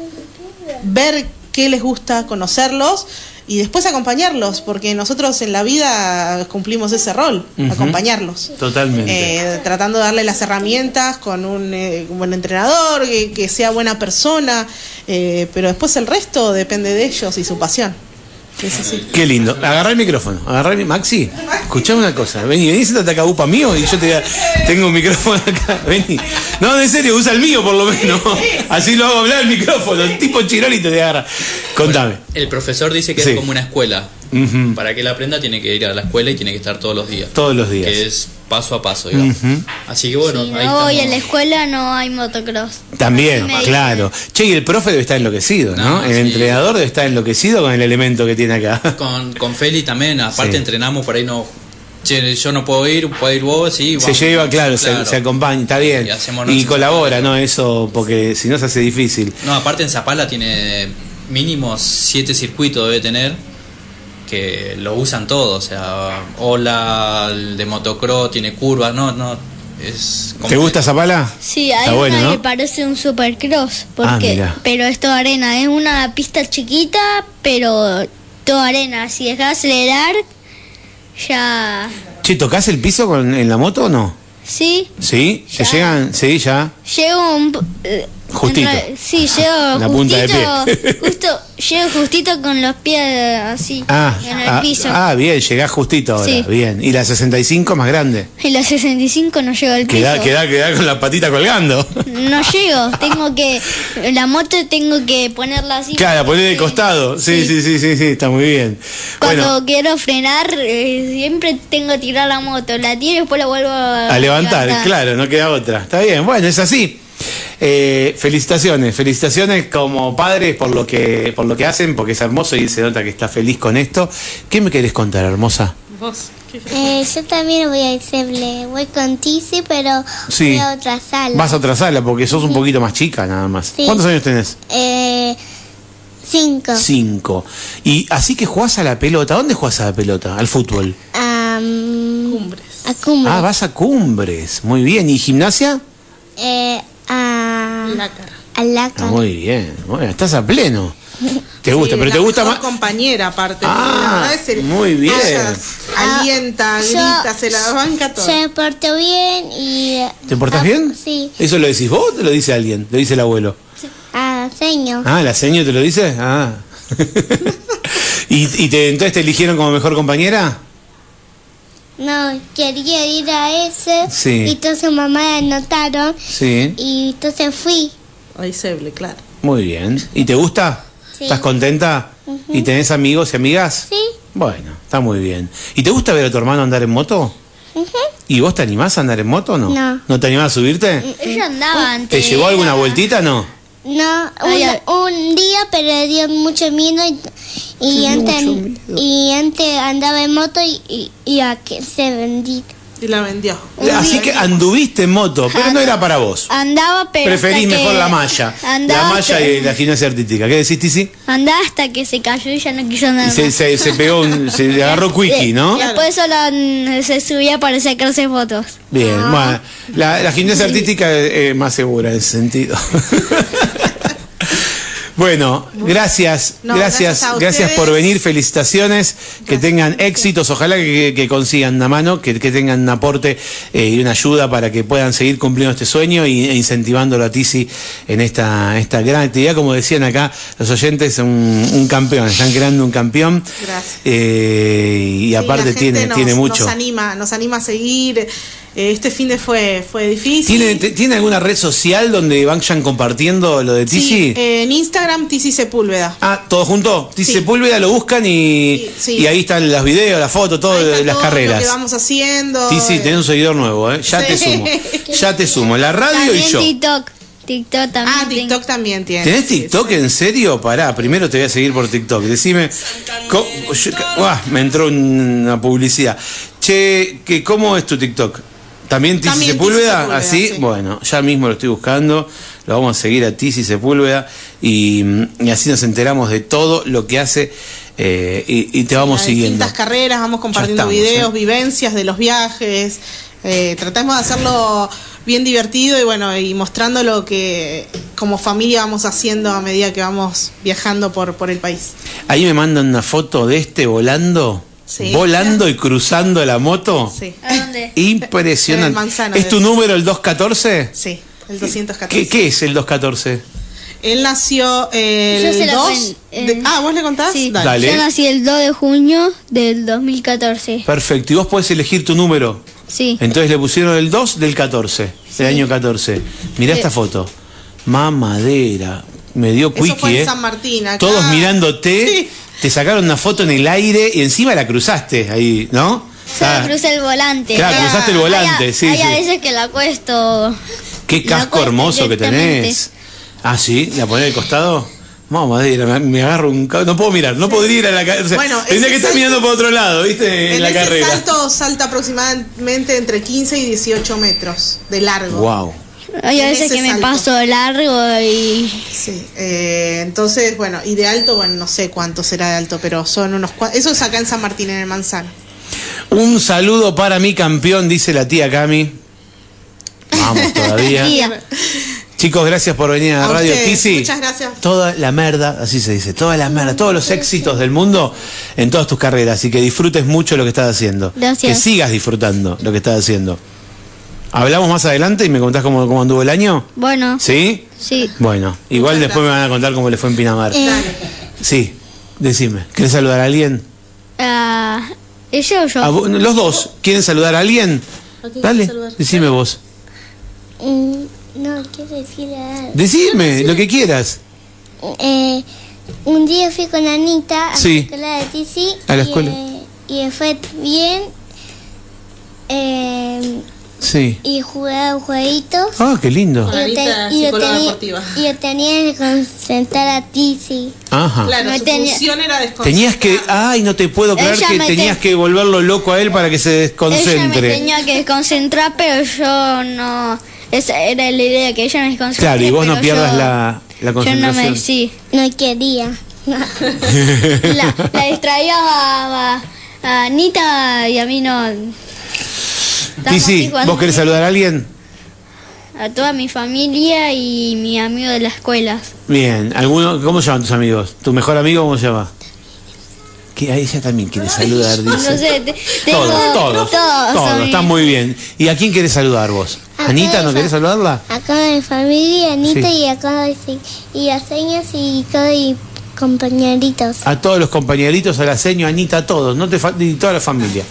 Speaker 3: ver qué les gusta, conocerlos y después acompañarlos, porque nosotros en la vida cumplimos ese rol,
Speaker 1: Ujú.
Speaker 3: acompañarlos.
Speaker 1: Totalmente.
Speaker 3: Eh, tratando de darle las herramientas con un, eh, un buen entrenador, que, que sea buena persona, eh, pero después el resto depende de ellos y su pasión. Sí, sí, sí.
Speaker 1: Qué lindo. Agarrá el micrófono. Agarrá el mi- Maxi, escuchame una cosa. Vení, vení, siéntate acá, upa mío. Y yo te tengo un micrófono acá. Vení. No, en serio, usa el mío por lo menos. Así lo hago hablar el micrófono. El tipo chiroli te agarra. Contame.
Speaker 4: El profesor dice que
Speaker 1: Sí.
Speaker 4: es como una escuela.
Speaker 1: Ujú.
Speaker 4: Para que él aprenda tiene que ir a la escuela y tiene que estar todos los días.
Speaker 1: Todos los días.
Speaker 4: Que es paso a paso, digamos.
Speaker 1: Ujú.
Speaker 4: Así que bueno,
Speaker 2: si
Speaker 4: ahí
Speaker 2: no voy a la
Speaker 4: estamos.
Speaker 2: escuela no hay motocross.
Speaker 1: También,
Speaker 2: Me-
Speaker 1: claro. Che, y el profe debe estar enloquecido, ¿no?
Speaker 4: No,
Speaker 1: el
Speaker 4: sí.
Speaker 1: entrenador debe estar enloquecido con el elemento que tiene acá.
Speaker 4: Con, con Feli también, aparte
Speaker 1: Sí.
Speaker 4: entrenamos por ahí no. Che, yo no puedo ir, puedo ir vos, sí.
Speaker 1: Se
Speaker 4: vamos.
Speaker 1: lleva, claro, se-
Speaker 4: Claro.
Speaker 1: Se, acompaña, está bien.
Speaker 4: Y hacemos
Speaker 1: Y,
Speaker 4: noches
Speaker 1: colabora, ¿no? Eso, porque si no se hace difícil.
Speaker 4: No, aparte en Zapala tiene mínimo siete circuitos debe tener que lo usan todos, o sea, ola el de motocross tiene curvas, no, no es
Speaker 1: ¿Te gusta Zapala?
Speaker 2: Sí, hay
Speaker 1: Está
Speaker 2: una
Speaker 1: bueno,
Speaker 2: que
Speaker 1: ¿no?
Speaker 2: parece un supercross,
Speaker 1: Ah,
Speaker 2: porque,
Speaker 1: mirá.
Speaker 2: pero es toda arena, es una pista chiquita, pero toda arena, si dejas de acelerar, ya,
Speaker 1: Che, ¿tocás el piso con, en la moto o no?
Speaker 2: sí,
Speaker 1: ¿Sí? ¿Te
Speaker 2: Ya.
Speaker 1: llegan? Sí, ya.
Speaker 2: llego un... p- eh,
Speaker 1: Justito.
Speaker 2: en re- Sí, llego
Speaker 1: La
Speaker 2: justito,
Speaker 1: punta de pie.
Speaker 2: justo, llego justito con los pies así,
Speaker 1: Ah,
Speaker 2: en el
Speaker 1: ah,
Speaker 2: piso.
Speaker 1: ah, bien, llegás justito ahora.
Speaker 2: Sí.
Speaker 1: Bien. Y la 65 más grande.
Speaker 2: Y los 65 no llego al piso.
Speaker 1: Quedá, quedá, quedá con la patita colgando.
Speaker 2: No llego, tengo que, la moto tengo que ponerla así.
Speaker 1: Claro, poner de
Speaker 2: porque-
Speaker 1: costado. Sí, sí, sí, sí, sí, está muy bien.
Speaker 2: Cuando
Speaker 1: Bueno,
Speaker 2: quiero frenar, eh, siempre tengo que tirar la moto. La tiro y después la vuelvo a,
Speaker 1: a levantar, claro, no queda otra. Está bien, bueno, es así. Eh, felicitaciones, felicitaciones como padres por lo que por lo que hacen, porque es hermoso y se nota que está feliz con esto. ¿Qué me querés contar, hermosa?
Speaker 3: Vos, ¿qué-
Speaker 5: Eh, yo también voy a decirle, voy con Tizi, pero
Speaker 1: Sí.
Speaker 5: voy a otra sala.
Speaker 1: Vas a otra sala porque sos un poquito más chica nada más.
Speaker 5: Sí.
Speaker 1: ¿Cuántos años tenés?
Speaker 5: Eh, cinco.
Speaker 1: Cinco. Y así que jugás a la pelota. ¿Dónde jugás a la pelota? Al fútbol.
Speaker 5: Am,
Speaker 3: Cumbres.
Speaker 5: a Cumbres.
Speaker 1: Ah, vas a cumbres. Muy bien. ¿Y gimnasia?
Speaker 5: Eh, a...
Speaker 3: Lácara.
Speaker 5: A
Speaker 1: Ah,
Speaker 5: Lácara.
Speaker 1: muy bien. Bueno, estás a pleno. Te gusta,
Speaker 3: Sí,
Speaker 1: pero
Speaker 3: la
Speaker 1: te gusta
Speaker 3: mejor
Speaker 1: más.
Speaker 3: compañera aparte.
Speaker 1: Ah,
Speaker 3: La verdad es el-
Speaker 1: muy bien.
Speaker 3: ella Ah, alienta,
Speaker 5: yo-
Speaker 3: grita, se la banca todo.
Speaker 5: Yo me porto bien y...
Speaker 1: ¿Te portás
Speaker 5: ah,
Speaker 1: bien?
Speaker 5: Sí.
Speaker 1: ¿Eso lo decís vos o te lo dice alguien? Lo dice el abuelo.
Speaker 5: A Seño.
Speaker 1: Ah, ¿la seño te lo dice? Ah. ¿Y, y te, entonces te eligieron como mejor compañera?
Speaker 5: No, quería ir a ese.
Speaker 1: Sí.
Speaker 5: Y entonces mamá la anotaron.
Speaker 1: Sí.
Speaker 5: Y entonces fui.
Speaker 3: Ahí Seble, claro.
Speaker 1: Muy bien. ¿Y te gusta?
Speaker 5: Sí.
Speaker 1: ¿Estás contenta? ¿Y tenés amigos y amigas?
Speaker 5: Sí.
Speaker 1: Bueno, está muy bien. ¿Y te gusta ver a tu hermano andar en moto?
Speaker 5: Ujú.
Speaker 1: ¿Y vos te animás a andar en moto o no?
Speaker 5: No.
Speaker 1: te animás a subirte?
Speaker 2: Ella andaba antes.
Speaker 1: ¿Te llevó alguna vueltita no?
Speaker 2: eh,
Speaker 5: No,
Speaker 3: Ah,
Speaker 2: Ay, ay.
Speaker 5: un, un día, pero dio mucho miedo y, y antes, y antes andaba en moto y, y, y a que se vendí.
Speaker 3: Y la vendió.
Speaker 1: Así que anduviste en moto, pero no era para vos.
Speaker 2: Andaba, pero.
Speaker 1: Preferís
Speaker 2: Eh, hasta que-
Speaker 1: mejor la malla.
Speaker 2: Andaba
Speaker 1: La malla
Speaker 2: hasta-
Speaker 1: y la gimnasia artística. ¿Qué decís, Tizi?
Speaker 2: Andaba hasta que se cayó y ya no quiso
Speaker 1: Y
Speaker 2: andar.
Speaker 1: se,
Speaker 2: más.
Speaker 1: se, se pegó, un- se le
Speaker 2: Eh,
Speaker 1: agarró quickie, ¿no?
Speaker 2: Después solo mm, se subía para sacarse fotos.
Speaker 1: Bien,
Speaker 3: Ah.
Speaker 1: bueno, la, la gimnasia artística es es más segura en ese sentido. Bueno, gracias,
Speaker 3: No,
Speaker 1: gracias,
Speaker 3: gracias a
Speaker 1: gracias por
Speaker 3: ustedes.
Speaker 1: venir, felicitaciones, que tengan éxitos, ojalá que, que consigan una mano, que, que tengan un aporte eh, y una ayuda para que puedan seguir cumpliendo este sueño y- e incentivándolo a Tizi en esta, esta gran actividad, como decían acá los oyentes, un, un campeón, están creando un campeón
Speaker 3: Gracias.
Speaker 1: Eh, y
Speaker 3: Sí, la
Speaker 1: aparte
Speaker 3: gente
Speaker 1: tiene,
Speaker 3: nos-
Speaker 1: tiene mucho.
Speaker 3: Nos anima, nos anima a seguir. Eh, este fin de fue, fue difícil.
Speaker 1: ¿Tiene, te- ¿Tiene alguna red social donde vayan compartiendo lo de
Speaker 3: Sí,
Speaker 1: Tizi?
Speaker 3: eh, en Instagram, Tizi Sepúlveda.
Speaker 1: ah, todo junto. Tizi
Speaker 3: sí.
Speaker 1: Sepúlveda lo buscan y,
Speaker 3: Sí, sí.
Speaker 1: y ahí están los videos, las fotos, todo
Speaker 3: Ahí está
Speaker 1: de las
Speaker 3: todo Lo que
Speaker 1: carreras.
Speaker 3: vamos haciendo.
Speaker 1: Tizi,
Speaker 3: eh,
Speaker 1: tenés un seguidor nuevo, ¿eh? Ya te
Speaker 3: Sí.
Speaker 1: sumo. Ya te sumo. La radio
Speaker 2: También
Speaker 1: y yo.
Speaker 2: TikTok. TikTok también.
Speaker 3: Ah,
Speaker 2: tengo.
Speaker 3: TikTok también tiene.
Speaker 1: ¿Tenés
Speaker 3: sí,
Speaker 1: TikTok en serio? Pará, primero te voy a seguir por TikTok. Decime. co- yo- uah, me entró una publicidad. Che, que, ¿cómo es tu TikTok? ¿También Tizi
Speaker 3: También Tizi
Speaker 1: Sepúlveda?
Speaker 3: Sepúlveda,
Speaker 1: ¿Así?
Speaker 3: sí.
Speaker 1: Bueno, ya mismo lo estoy buscando. Lo vamos a seguir a Tizi Sepúlveda y, y así nos enteramos de todo lo que hace eh, y, y te vamos
Speaker 3: Las
Speaker 1: siguiendo.
Speaker 3: distintas carreras, vamos compartiendo
Speaker 1: estamos,
Speaker 3: videos,
Speaker 1: ¿eh?
Speaker 3: vivencias de los viajes. Eh, tratamos de hacerlo bien divertido y bueno, y mostrando lo que como familia vamos haciendo a medida que vamos viajando por, por el país.
Speaker 1: Ahí me mandan una foto de este volando,
Speaker 3: Sí.
Speaker 1: volando y cruzando la moto.
Speaker 3: Sí,
Speaker 2: ¿A dónde?
Speaker 1: Impresionante.
Speaker 3: En el Manzano,
Speaker 1: ¿Es tu
Speaker 3: decís.
Speaker 1: número el 214?
Speaker 3: sí, el
Speaker 1: ¿Qué,
Speaker 3: 214.
Speaker 1: qué es el 214?
Speaker 3: Él nació el
Speaker 2: Yo se la
Speaker 3: 2.
Speaker 2: cuen-
Speaker 3: de-
Speaker 2: eh,
Speaker 3: ah, ¿vos le contás?
Speaker 2: sí.
Speaker 1: Dale.
Speaker 2: Yo nací el 2 de junio del 2014.
Speaker 1: Perfecto. Y vos podés elegir tu número.
Speaker 2: Sí.
Speaker 1: Entonces le pusieron el 2 del 14, del año 14.
Speaker 3: Eh.
Speaker 1: Mirá esta foto. Mamadera. Me dio
Speaker 3: Eso fue
Speaker 1: cuiki,
Speaker 3: en
Speaker 1: ¿eh?
Speaker 3: San Martín, acá.
Speaker 1: Todos mirándote.
Speaker 3: Sí.
Speaker 1: Te sacaron una foto en el aire y encima la cruzaste ahí, ¿no?
Speaker 2: Se
Speaker 1: Ah,
Speaker 2: me cruza el volante.
Speaker 1: Claro, cruzaste el volante,
Speaker 2: Hay a-
Speaker 1: sí,
Speaker 2: Hay a
Speaker 1: sí.
Speaker 2: veces que la cuesto.
Speaker 1: qué
Speaker 2: la
Speaker 1: casco
Speaker 2: cuesta
Speaker 1: hermoso que
Speaker 2: directamente.
Speaker 1: tenés. Ah, sí, la ponés al costado. Mamadera, me, me agarro un... ca- No puedo mirar, no podría ir a la carrera.
Speaker 3: Bueno,
Speaker 1: tendría
Speaker 3: ese
Speaker 1: que estar
Speaker 3: salto-
Speaker 1: mirando para otro lado, ¿viste? En,
Speaker 3: En
Speaker 1: la
Speaker 3: ese
Speaker 1: carrera.
Speaker 3: salto salta aproximadamente entre 15 y 18 metros de largo.
Speaker 1: Wow.
Speaker 2: Hay a
Speaker 3: En
Speaker 2: veces
Speaker 3: ese
Speaker 2: que me
Speaker 3: salto.
Speaker 2: paso largo y.
Speaker 3: Sí, eh, entonces, bueno, y de alto, bueno, no sé cuánto será de alto, pero son unos cuantos. Eso es acá en San Martín, en el Manzano.
Speaker 1: Un saludo para mi campeón, dice la tía Cami. Vamos todavía.
Speaker 2: Tía.
Speaker 1: Chicos, gracias por venir a, la
Speaker 3: A
Speaker 1: Radio
Speaker 3: ustedes,
Speaker 1: Tizi.
Speaker 3: muchas gracias.
Speaker 1: Toda la merda, así se dice, toda la merda, todos los éxitos del mundo en todas tus carreras y que disfrutes mucho lo que estás haciendo.
Speaker 2: Gracias.
Speaker 1: Que sigas disfrutando lo que estás haciendo. Hablamos más adelante y me contás cómo, cómo anduvo el año.
Speaker 2: Bueno,
Speaker 1: ¿Sí?
Speaker 2: sí.
Speaker 1: Bueno, igual
Speaker 3: Muchas Eh.
Speaker 1: después me van a contar cómo le fue en Pinamar.
Speaker 5: Eh,
Speaker 3: Dale.
Speaker 1: Sí, decime, ¿querés saludar a alguien?
Speaker 2: Ah, ¿Ella o yo?
Speaker 1: A vos- los dos, ¿quieren saludar a alguien? Dale, decime vos.
Speaker 5: Mm, No quiero decir nada.
Speaker 1: Decime lo que quieras.
Speaker 5: Eh, un día fui con Anita a
Speaker 1: Sí.
Speaker 5: la escuela de Tizi.
Speaker 1: A la
Speaker 5: y,
Speaker 1: escuela.
Speaker 5: eh, Y, fue bien. Eh,
Speaker 1: Sí.
Speaker 5: y jugué a jueguitos.
Speaker 1: Ah, qué lindo.
Speaker 5: Y yo,
Speaker 3: Anita,
Speaker 5: y, yo
Speaker 3: psicóloga
Speaker 5: tenía-
Speaker 3: deportiva.
Speaker 5: y yo tenía que concentrar a Tizi.
Speaker 1: Ajá.
Speaker 3: Claro,
Speaker 2: Me
Speaker 3: su
Speaker 2: tenía-
Speaker 3: función era desconcentrar.
Speaker 1: Tenías que, ay, no te puedo creer
Speaker 2: Ella
Speaker 1: que
Speaker 2: me
Speaker 1: tenías
Speaker 2: te-
Speaker 1: que volverlo loco a él para que se
Speaker 2: Ella me
Speaker 1: desconcentre.
Speaker 2: tenía que concentrar, pero yo no. Esa era la idea, que ella me concentre.
Speaker 1: Claro, y vos no
Speaker 2: pero
Speaker 1: pierdas
Speaker 2: yo-
Speaker 1: la, la
Speaker 2: Yo no
Speaker 1: concentración.
Speaker 2: me. Sí.
Speaker 5: No quería.
Speaker 2: La, la distraía a, a- a Anita y a mí no.
Speaker 1: Sí,
Speaker 2: Estamos
Speaker 1: sí,
Speaker 2: aquí jugando
Speaker 1: ¿vos querés saludar a alguien?
Speaker 2: A toda mi familia y mi amigo de la escuela.
Speaker 1: Bien, ¿alguno? ¿Cómo se llaman tus amigos? ¿Tu mejor amigo cómo se llama? Que a ella también quiere saludar,
Speaker 2: No
Speaker 1: dice.
Speaker 2: sé, te- tengo
Speaker 1: Todos, todos,
Speaker 2: todos,
Speaker 1: todos,
Speaker 2: son
Speaker 1: está
Speaker 2: mis-
Speaker 1: muy bien. ¿Y a quién querés saludar vos?
Speaker 5: A
Speaker 1: ¿Anita
Speaker 5: todos,
Speaker 1: no
Speaker 5: a-
Speaker 1: querés saludarla?
Speaker 5: Acá de mi familia, Anita
Speaker 1: Sí.
Speaker 5: y acá de sí, y a señas y todo y compañeritos.
Speaker 1: A todos los compañeritos, a la seño, a Anita, a todos, no te fal- y toda la familia.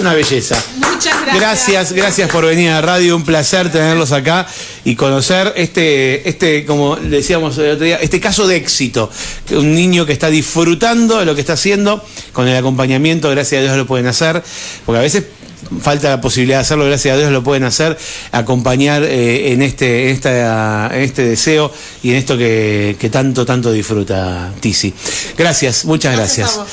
Speaker 1: Una belleza.
Speaker 3: Muchas gracias.
Speaker 1: Gracias, gracias por venir a radio, un placer tenerlos acá y conocer este, este, como decíamos el otro día, este caso de éxito. Que Un niño que está disfrutando de lo que está haciendo, con el acompañamiento, gracias a Dios lo pueden hacer, porque a veces falta la posibilidad de hacerlo, gracias a Dios lo pueden hacer, acompañar eh, en este, en esta, en este deseo y en esto que, que tanto, tanto disfruta Tizi. Gracias, muchas
Speaker 3: Gracias a
Speaker 1: gracias.
Speaker 3: vos.